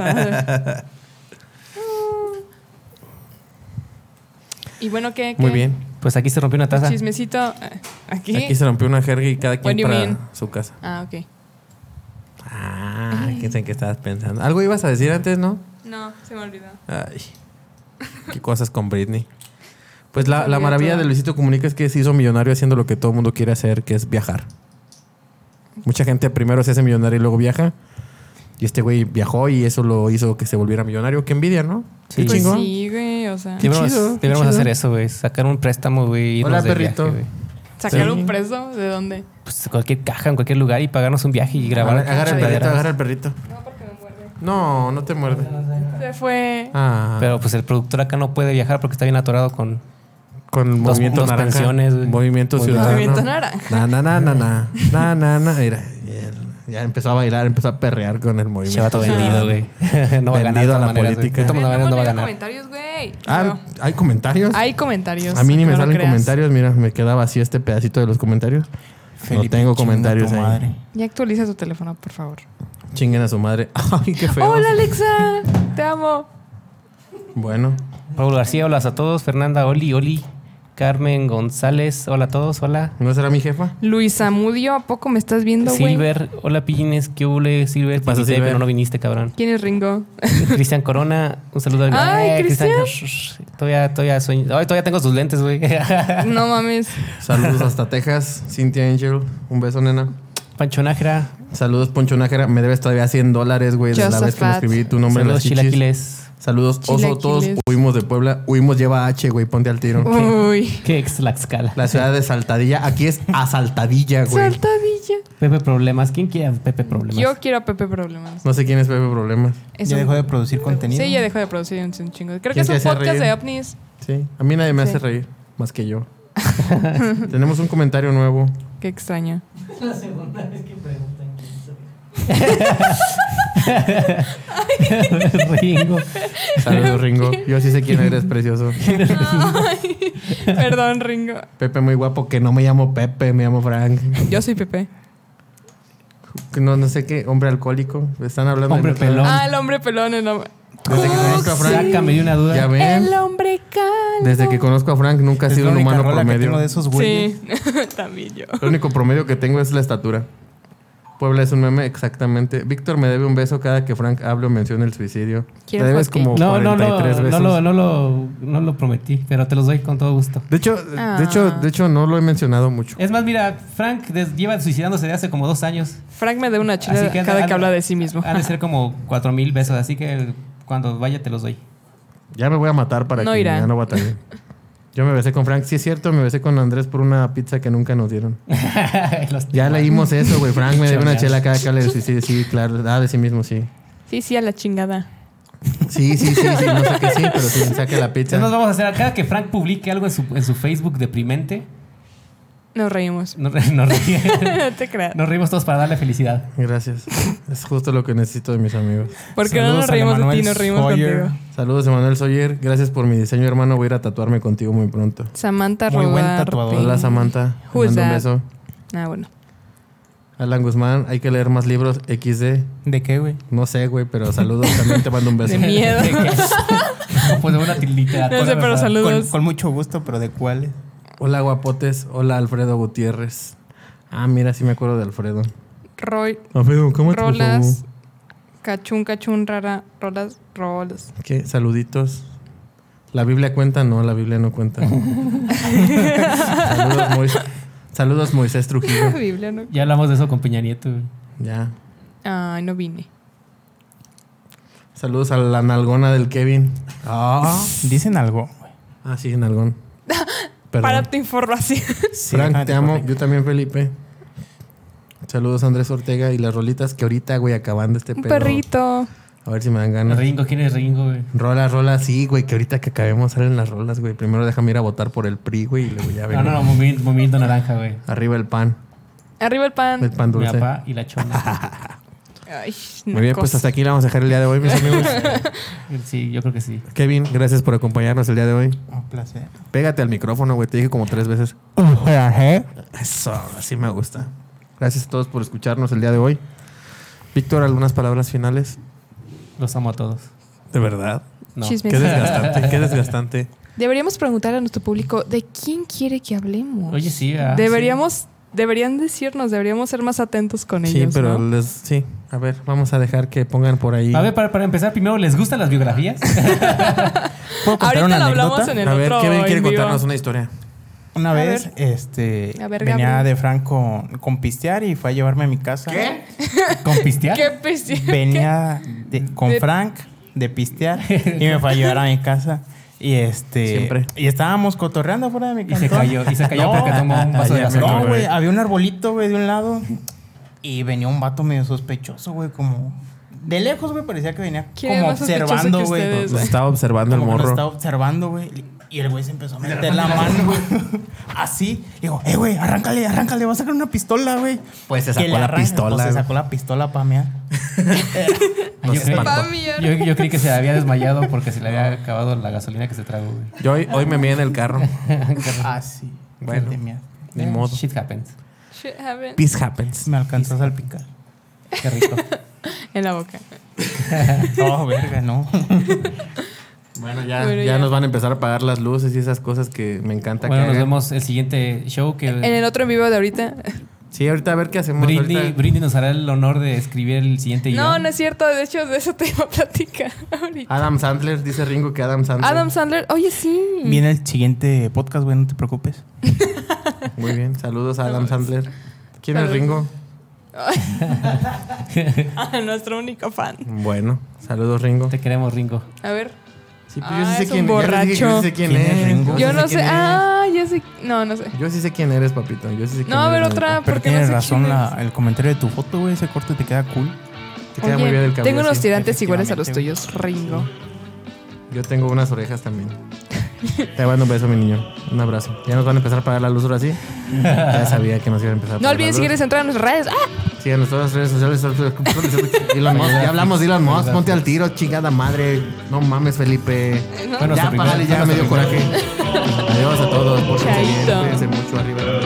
Speaker 2: y bueno, ¿qué?
Speaker 3: Muy
Speaker 2: qué?
Speaker 3: bien.
Speaker 1: Pues aquí se rompió una taza.
Speaker 2: Chismecito. eh, Aquí.
Speaker 3: Aquí se rompió una jerga y cada
Speaker 2: What
Speaker 3: quien
Speaker 2: do you
Speaker 3: para
Speaker 2: mean?
Speaker 3: su casa.
Speaker 2: Ah, ok.
Speaker 3: Ah, ¿qué sé en qué estabas pensando? Algo ibas a decir antes, ¿no?
Speaker 2: No, se me olvidó.
Speaker 3: Ay, qué cosas con Britney. Pues la, la
Speaker 2: Olvidó
Speaker 3: maravilla
Speaker 2: todo.
Speaker 3: de Luisito Comunica es que se hizo millonario haciendo lo que todo el mundo quiere hacer, que es viajar. Mucha gente primero se hace millonario y luego viaja. Y este güey viajó y eso lo hizo que se volviera millonario. Qué envidia, ¿no?
Speaker 1: Sí.
Speaker 3: Qué
Speaker 2: Pues
Speaker 3: chingón.
Speaker 2: sí, güey, o sea.
Speaker 1: Deberíamos,
Speaker 3: chido, qué
Speaker 1: deberíamos
Speaker 3: chido.
Speaker 1: hacer eso, güey. Sacar un préstamo, güey. irnos
Speaker 3: Hola,
Speaker 1: de viaje,
Speaker 3: perrito.
Speaker 1: güey.
Speaker 2: ¿Sacar
Speaker 3: Sí.
Speaker 2: un preso? ¿De dónde?
Speaker 1: pues cualquier caja, en cualquier lugar y pagarnos un viaje y grabar.
Speaker 3: Agarra, agarra el
Speaker 1: chingaderas.
Speaker 3: perrito, agarra el perrito.
Speaker 2: No, porque me muerde.
Speaker 3: No, no te muerde.
Speaker 2: Se fue.
Speaker 3: Ah,
Speaker 1: Pero pues el productor acá no puede viajar porque está bien atorado con.
Speaker 3: con el
Speaker 1: dos-
Speaker 3: movimiento
Speaker 1: dos
Speaker 3: naranja.
Speaker 1: pensiones, güey.
Speaker 3: movimiento ciudadano.
Speaker 2: Movimiento naranja.
Speaker 3: Na, na, na, na, na. Na, na, na. Mira, y él ya empezó a bailar, empezó a perrear con el movimiento.
Speaker 1: Chavato vendido, güey. no va a ganar. de
Speaker 3: Vendido a
Speaker 1: todas
Speaker 3: pues la
Speaker 1: maneras, güey.
Speaker 3: política.
Speaker 1: De todas
Speaker 2: Ay,
Speaker 1: maneras
Speaker 2: no
Speaker 1: no va a
Speaker 2: leo
Speaker 1: ganar.
Speaker 2: comentarios, güey.
Speaker 3: Ah, ¿hay comentarios?
Speaker 2: Pero Hay comentarios.
Speaker 3: a mí ni me
Speaker 2: no lo
Speaker 3: salen
Speaker 2: creas.
Speaker 3: comentarios. Mira, me queda vacío este pedacito de los comentarios. no tengo
Speaker 4: chinga
Speaker 3: comentarios
Speaker 4: tu
Speaker 3: ahí.
Speaker 4: madre.
Speaker 2: Ya actualiza tu teléfono, por favor.
Speaker 3: Chinguen a su madre. Ay, qué feo.
Speaker 2: Hola, Alexa. Te amo.
Speaker 3: Bueno,
Speaker 1: Pablo García, hola a todos. Fernanda, Oli, Oli. Carmen González, hola a todos, hola.
Speaker 3: ¿no será mi jefa?
Speaker 2: Luis Amudio, ¿a poco me estás viendo, güey?
Speaker 1: Silver, hola Pillines, ¿qué hule, Silver?
Speaker 3: ¿Qué pasó,
Speaker 1: Te invité,
Speaker 3: Silver?
Speaker 1: pero no viniste, cabrón.
Speaker 2: ¿Quién es Ringo?
Speaker 1: Cristian Corona, un saludo.
Speaker 2: Ay,
Speaker 1: Eh,
Speaker 2: Cristian.
Speaker 1: shh, Todavía, todavía sueño. Ay, todavía tengo sus lentes, güey.
Speaker 2: no mames.
Speaker 3: Saludos hasta Texas. Cynthia Angel, un beso, nena.
Speaker 1: Pancho Nájera,
Speaker 3: Saludos, Poncho Nájera. Me debes todavía 100 dólares, güey, de la vez que me
Speaker 2: Josafat.
Speaker 3: escribí tu nombre en
Speaker 1: saludos
Speaker 3: las chichis.
Speaker 1: chilaquiles.
Speaker 3: Saludos, oso, todos
Speaker 2: Chilaquiles.
Speaker 3: huimos de Puebla. Huimos, lleva H, güey, ponte al tiro.
Speaker 2: Uy.
Speaker 1: Qué ex Tlaxcala.
Speaker 3: La ciudad de Saltadilla. Aquí es Asaltadilla, güey.
Speaker 2: Saltadilla.
Speaker 1: Pepe Problemas. ¿Quién quiere a Pepe Problemas?
Speaker 2: Yo quiero a Pepe Problemas.
Speaker 3: No sé quién es Pepe Problemas.
Speaker 2: Es
Speaker 4: ya
Speaker 2: un-
Speaker 4: dejó de producir contenido.
Speaker 2: Sí, ya dejó de producir un un chingo. Creo que
Speaker 3: ¿Quién
Speaker 2: es
Speaker 3: te
Speaker 2: un
Speaker 3: hace
Speaker 2: podcast
Speaker 3: reír?
Speaker 2: de ovnis.
Speaker 3: Sí, a mí nadie me
Speaker 2: Sí.
Speaker 3: hace reír más que yo. Tenemos un comentario nuevo.
Speaker 2: Qué extraño.
Speaker 1: Ringo.
Speaker 3: Saludos, Ringo. Yo sí sé quién eres, precioso.
Speaker 2: Ay, Perdón, Ringo.
Speaker 3: Pepe muy guapo, que no me llamo Pepe, me llamo Frank.
Speaker 2: Yo soy Pepe.
Speaker 3: Que No, no sé qué, hombre alcohólico. Están hablando
Speaker 1: Hombre
Speaker 3: de nuestra-
Speaker 1: pelón.
Speaker 2: Ah, el hombre pelón. El hombre,
Speaker 3: Desde que conozco a Frank.
Speaker 1: Sácame de una duda.
Speaker 3: Ya ven.
Speaker 2: Ah, el hombre calvo.
Speaker 3: Desde que conozco a Frank nunca ha
Speaker 4: Es
Speaker 3: sido
Speaker 4: la
Speaker 3: un
Speaker 4: única
Speaker 3: humano
Speaker 4: rola que tengo
Speaker 3: promedio.
Speaker 4: de esos güeyes.
Speaker 2: Sí, también yo.
Speaker 3: El único promedio que tengo es la estatura. Puebla es un meme, exactamente. Víctor me debe un beso cada que Frank hable o mencione el suicidio. Te
Speaker 2: Quiero
Speaker 3: debes
Speaker 2: fuck
Speaker 3: como
Speaker 1: No, no,
Speaker 3: 43
Speaker 1: no, no,
Speaker 3: besos.
Speaker 1: lo, no, lo, no lo prometí, pero te los doy con todo gusto.
Speaker 3: De hecho,
Speaker 2: Ah.
Speaker 3: de hecho, de hecho, no lo he mencionado mucho.
Speaker 1: Es más, mira, Frank des- lleva suicidándose de hace como dos años.
Speaker 2: Frank me da una chela
Speaker 1: han-
Speaker 2: Ah, cada
Speaker 1: han-
Speaker 2: que habla de sí mismo.
Speaker 1: Han de ser como cuatro mil besos, así que cuando vaya te los doy.
Speaker 3: Ya me voy a matar para
Speaker 2: No
Speaker 3: que
Speaker 2: irá.
Speaker 3: ya no batalle. Yo me besé con Frank, sí es cierto, me besé con Andrés por una pizza que nunca nos dieron.
Speaker 1: Los-
Speaker 3: Ya leímos eso, güey. Frank me debe una
Speaker 1: Choreados.
Speaker 3: chela cada que hable de suicidio. Sí, claro. Ah, de sí mismo, sí.
Speaker 2: Sí, sí, a la chingada.
Speaker 3: Sí, sí, sí, sí. No sé qué sí, pero sí, saque la
Speaker 1: Entonces nos
Speaker 3: pizza.
Speaker 1: vamos a hacer acá que Frank publique algo en su, en su Facebook deprimente.
Speaker 2: Nos reímos.
Speaker 1: Nos, re- nos re-
Speaker 2: no te creas.
Speaker 1: nos reímos todos para darle felicidad.
Speaker 3: Gracias. Es justo lo que necesito de mis amigos.
Speaker 2: Porque no nos
Speaker 4: Saludos a
Speaker 2: reímos de ti,
Speaker 4: Emanuel
Speaker 2: nos reímos
Speaker 4: Sawyer.
Speaker 2: contigo.
Speaker 3: Saludos, Emanuel Soyer. Gracias por mi diseño, hermano. Voy a ir a tatuarme contigo muy pronto.
Speaker 2: Samantha
Speaker 4: Muy buen
Speaker 2: Rodarte.
Speaker 4: tatuador.
Speaker 3: Hola, Samantha. Te
Speaker 2: Who's
Speaker 3: mando un
Speaker 2: that?
Speaker 3: beso.
Speaker 2: Ah, bueno.
Speaker 3: Alan Guzmán, hay que leer más libros. XD.
Speaker 4: ¿De qué, güey?
Speaker 3: No sé, güey, pero saludos. También te mando un beso.
Speaker 2: De miedo.
Speaker 1: De que- pues de una literatura.
Speaker 2: No sé, pero
Speaker 1: ¿verdad?
Speaker 4: Con,
Speaker 2: saludos.
Speaker 4: con mucho gusto, pero ¿de cuáles?
Speaker 3: Hola, guapotes. Hola, Alfredo Gutiérrez. Ah, mira, sí me acuerdo de Alfredo.
Speaker 2: Roy,
Speaker 3: Alfredo, ¿cómo
Speaker 2: rolas. Cachún, cachún, rara. Rolas, rolas.
Speaker 3: ¿Qué? Saluditos. ¿La Biblia cuenta? No, la Biblia no cuenta. saludos, Mois- saludos, Moisés Trujillo.
Speaker 2: Biblia, ¿no?
Speaker 1: Ya hablamos de eso con Peña Nieto. güey.
Speaker 3: Ya.
Speaker 2: Ay, no vine.
Speaker 3: Saludos a la nalgona del Kevin.
Speaker 4: Ah. Dicen algo. güey.
Speaker 3: Ah, sí, nalgón. Perdón.
Speaker 2: Para tu información.
Speaker 3: Frank,
Speaker 4: déjame
Speaker 1: Ah,
Speaker 3: te amo.
Speaker 4: corrijo.
Speaker 3: Yo también, Felipe. Saludos a Andrés Ortega y las rolitas que ahorita, güey, acabando este
Speaker 2: Un
Speaker 3: pedo.
Speaker 2: perrito.
Speaker 3: A ver si me dan ganas.
Speaker 1: Ringo, ¿quién es Ringo? güey?
Speaker 3: Rolas, rolas, sí, güey, que ahorita que acabemos salen las rolas, güey. Primero déjame ir a votar por el PRI, güey, y luego ya
Speaker 1: No,
Speaker 3: venimos.
Speaker 1: no, no, movimiento, movimiento naranja, güey.
Speaker 3: Arriba el pan,
Speaker 2: Arriba el pan.
Speaker 3: el pan
Speaker 1: Mi
Speaker 3: dulce.
Speaker 1: papá y la chona.
Speaker 2: Ay,
Speaker 3: Muy bien, pues hasta aquí la vamos a dejar el día de hoy, mis amigos.
Speaker 8: Sí, yo creo que sí.
Speaker 3: Kevin, gracias por acompañarnos el día de hoy.
Speaker 4: Un placer.
Speaker 3: Pégate al micrófono, güey. Te dije como tres veces. Eso, así me gusta. Gracias a todos por escucharnos el día de hoy. Víctor, algunas palabras finales.
Speaker 8: Los amo a todos.
Speaker 3: De verdad.
Speaker 8: No.
Speaker 3: Qué desgastante, qué desgastante.
Speaker 2: Deberíamos preguntar a nuestro público de quién quiere que hablemos.
Speaker 8: Oye, sí. ah,
Speaker 2: Deberíamos, deberían decirnos, deberíamos ser más atentos con
Speaker 3: Sí,
Speaker 2: ellos.
Speaker 3: pero
Speaker 2: ¿no?
Speaker 3: les, sí. A ver, vamos a dejar que pongan por ahí.
Speaker 8: sí. A ver, para, para empezar, primero, ¿les gustan las biografías?
Speaker 3: ¿puedo contar
Speaker 2: Ahorita
Speaker 3: una
Speaker 2: lo hablamos
Speaker 3: anécdota?
Speaker 2: en el
Speaker 3: A ver,
Speaker 2: otro
Speaker 3: Kevin quiere
Speaker 2: en vivo.
Speaker 3: contarnos una historia.
Speaker 4: Una
Speaker 2: A
Speaker 4: vez,
Speaker 2: ver.
Speaker 4: este,
Speaker 2: A ver,
Speaker 4: venía
Speaker 2: Gabriel.
Speaker 4: de Franco con pistear y fue a llevarme a mi casa. ¿Qué?
Speaker 8: ¿Con pistear?
Speaker 2: ¿Qué pesi-
Speaker 4: Venía de- con
Speaker 2: De-
Speaker 4: Frank de pistear y me fue a llevar a mi casa. Y este.
Speaker 3: Siempre.
Speaker 4: Y estábamos cotorreando fuera de mi
Speaker 8: Y
Speaker 4: casa.
Speaker 8: se cayó, y se cayó porque tomó un vaso de
Speaker 3: ya me
Speaker 8: gasolina.
Speaker 4: No,
Speaker 3: güey.
Speaker 4: güey, había un arbolito, güey, de un lado. Y venía un vato medio sospechoso, güey, como. De lejos, güey, parecía que venía
Speaker 2: ¿Quién es
Speaker 4: como
Speaker 2: más sospechoso
Speaker 4: observando,
Speaker 2: que
Speaker 4: güey.
Speaker 2: ustedes?
Speaker 3: Nos estaba observando el
Speaker 4: Como que nos
Speaker 3: morro.
Speaker 4: estaba observando, güey. Y el güey se empezó a meter la mano, güey. Así. Y digo, eh, güey, arráncale, arráncale, va a sacar una pistola, güey.
Speaker 5: Pues se
Speaker 4: Que
Speaker 5: sacó
Speaker 4: le
Speaker 5: la
Speaker 4: arranca,
Speaker 5: pistola,
Speaker 4: Pues se
Speaker 5: güey.
Speaker 4: sacó la pistola pa' mear.
Speaker 8: Yo creí-
Speaker 2: Pa' mierda.
Speaker 8: yo, yo creí que se había desmayado porque se le había acabado la gasolina que se tragó, güey.
Speaker 3: Yo hoy, hoy me mié en el carro.
Speaker 4: Así.
Speaker 3: Bueno.
Speaker 4: Te measte.
Speaker 3: Ni
Speaker 8: Eh,
Speaker 3: modo.
Speaker 8: Shit happens.
Speaker 2: Shit happened.
Speaker 3: Peace happens.
Speaker 4: Me alcanzó a salpicar.
Speaker 8: Qué rico.
Speaker 2: En la boca.
Speaker 4: No, Oh, verga, no.
Speaker 3: Bueno, ya,
Speaker 2: Bueno,
Speaker 3: ya
Speaker 2: ya.
Speaker 3: nos van a empezar a apagar las luces y esas cosas que me encanta
Speaker 8: Bueno,
Speaker 3: que
Speaker 8: nos
Speaker 3: hagan.
Speaker 8: vemos el siguiente show que
Speaker 2: En el otro en vivo de ahorita.
Speaker 3: Sí, ahorita a ver qué hacemos.
Speaker 8: Britney,
Speaker 3: ahorita.
Speaker 8: Britney nos hará el honor de escribir el siguiente
Speaker 2: No,
Speaker 8: guión.
Speaker 2: no es cierto. De hecho, de eso te iba a platicar ahorita.
Speaker 3: Adam Sandler, dice Ringo que Adam Sandler.
Speaker 2: Adam Sandler. Oye, sí.
Speaker 4: Viene el siguiente podcast, güey, no te preocupes.
Speaker 3: Muy bien, saludos a Adam Sandler. ¿Quién
Speaker 2: Saludos.
Speaker 3: es Ringo?
Speaker 2: Ah, nuestro único fan.
Speaker 3: Bueno, saludos Ringo.
Speaker 8: Te queremos, Ringo.
Speaker 2: A ver.
Speaker 3: Sí,
Speaker 2: Ah, es un
Speaker 3: ya les dije que
Speaker 2: borracho.
Speaker 3: Yo sí sé quién,
Speaker 4: ¿Quién es
Speaker 3: es.
Speaker 4: Ringo?
Speaker 2: Yo
Speaker 3: sí
Speaker 2: no
Speaker 3: quién
Speaker 2: sé.
Speaker 3: eres.
Speaker 2: Ah, yo sé. No, no sé.
Speaker 3: Yo sí sé quién eres, papito. Yo sí sé quién
Speaker 2: No, a ver
Speaker 3: eres,
Speaker 2: otra.
Speaker 3: neta.
Speaker 2: porque
Speaker 4: Pero
Speaker 2: Ah, no
Speaker 4: tienes
Speaker 2: sé
Speaker 4: razón
Speaker 2: quién
Speaker 4: la-
Speaker 2: es.
Speaker 4: el comentario de tu foto, güey. Ese corte te queda cool.
Speaker 3: Te queda
Speaker 2: Oye,
Speaker 3: muy bien el cabello
Speaker 2: tengo unos
Speaker 3: así.
Speaker 2: tirantes iguales a los
Speaker 4: efectivamente.
Speaker 2: tuyos, Ringo.
Speaker 3: Yo tengo unas orejas también. Te mando un beso, mi niño. Un abrazo. Ya nos van a empezar a apagar la luz ahora sí. Ya sabía que nos iban a empezar
Speaker 2: No
Speaker 3: a apagar
Speaker 2: olviden
Speaker 3: la
Speaker 2: si
Speaker 3: luz.
Speaker 2: quieres entrar a nuestras redes. ¡Ah!
Speaker 3: Síganos todas las redes sociales. Elon Musk. Ya hablamos de Elon Musk. Ponte al tiro, chingada madre. No mames, Felipe.
Speaker 8: Fue nuestro
Speaker 3: Ya,
Speaker 8: primer-
Speaker 3: págale, ya me dio coraje. Adiós a todos. Pórtense bien,
Speaker 2: Chaito.
Speaker 3: cuídense mucho arriba.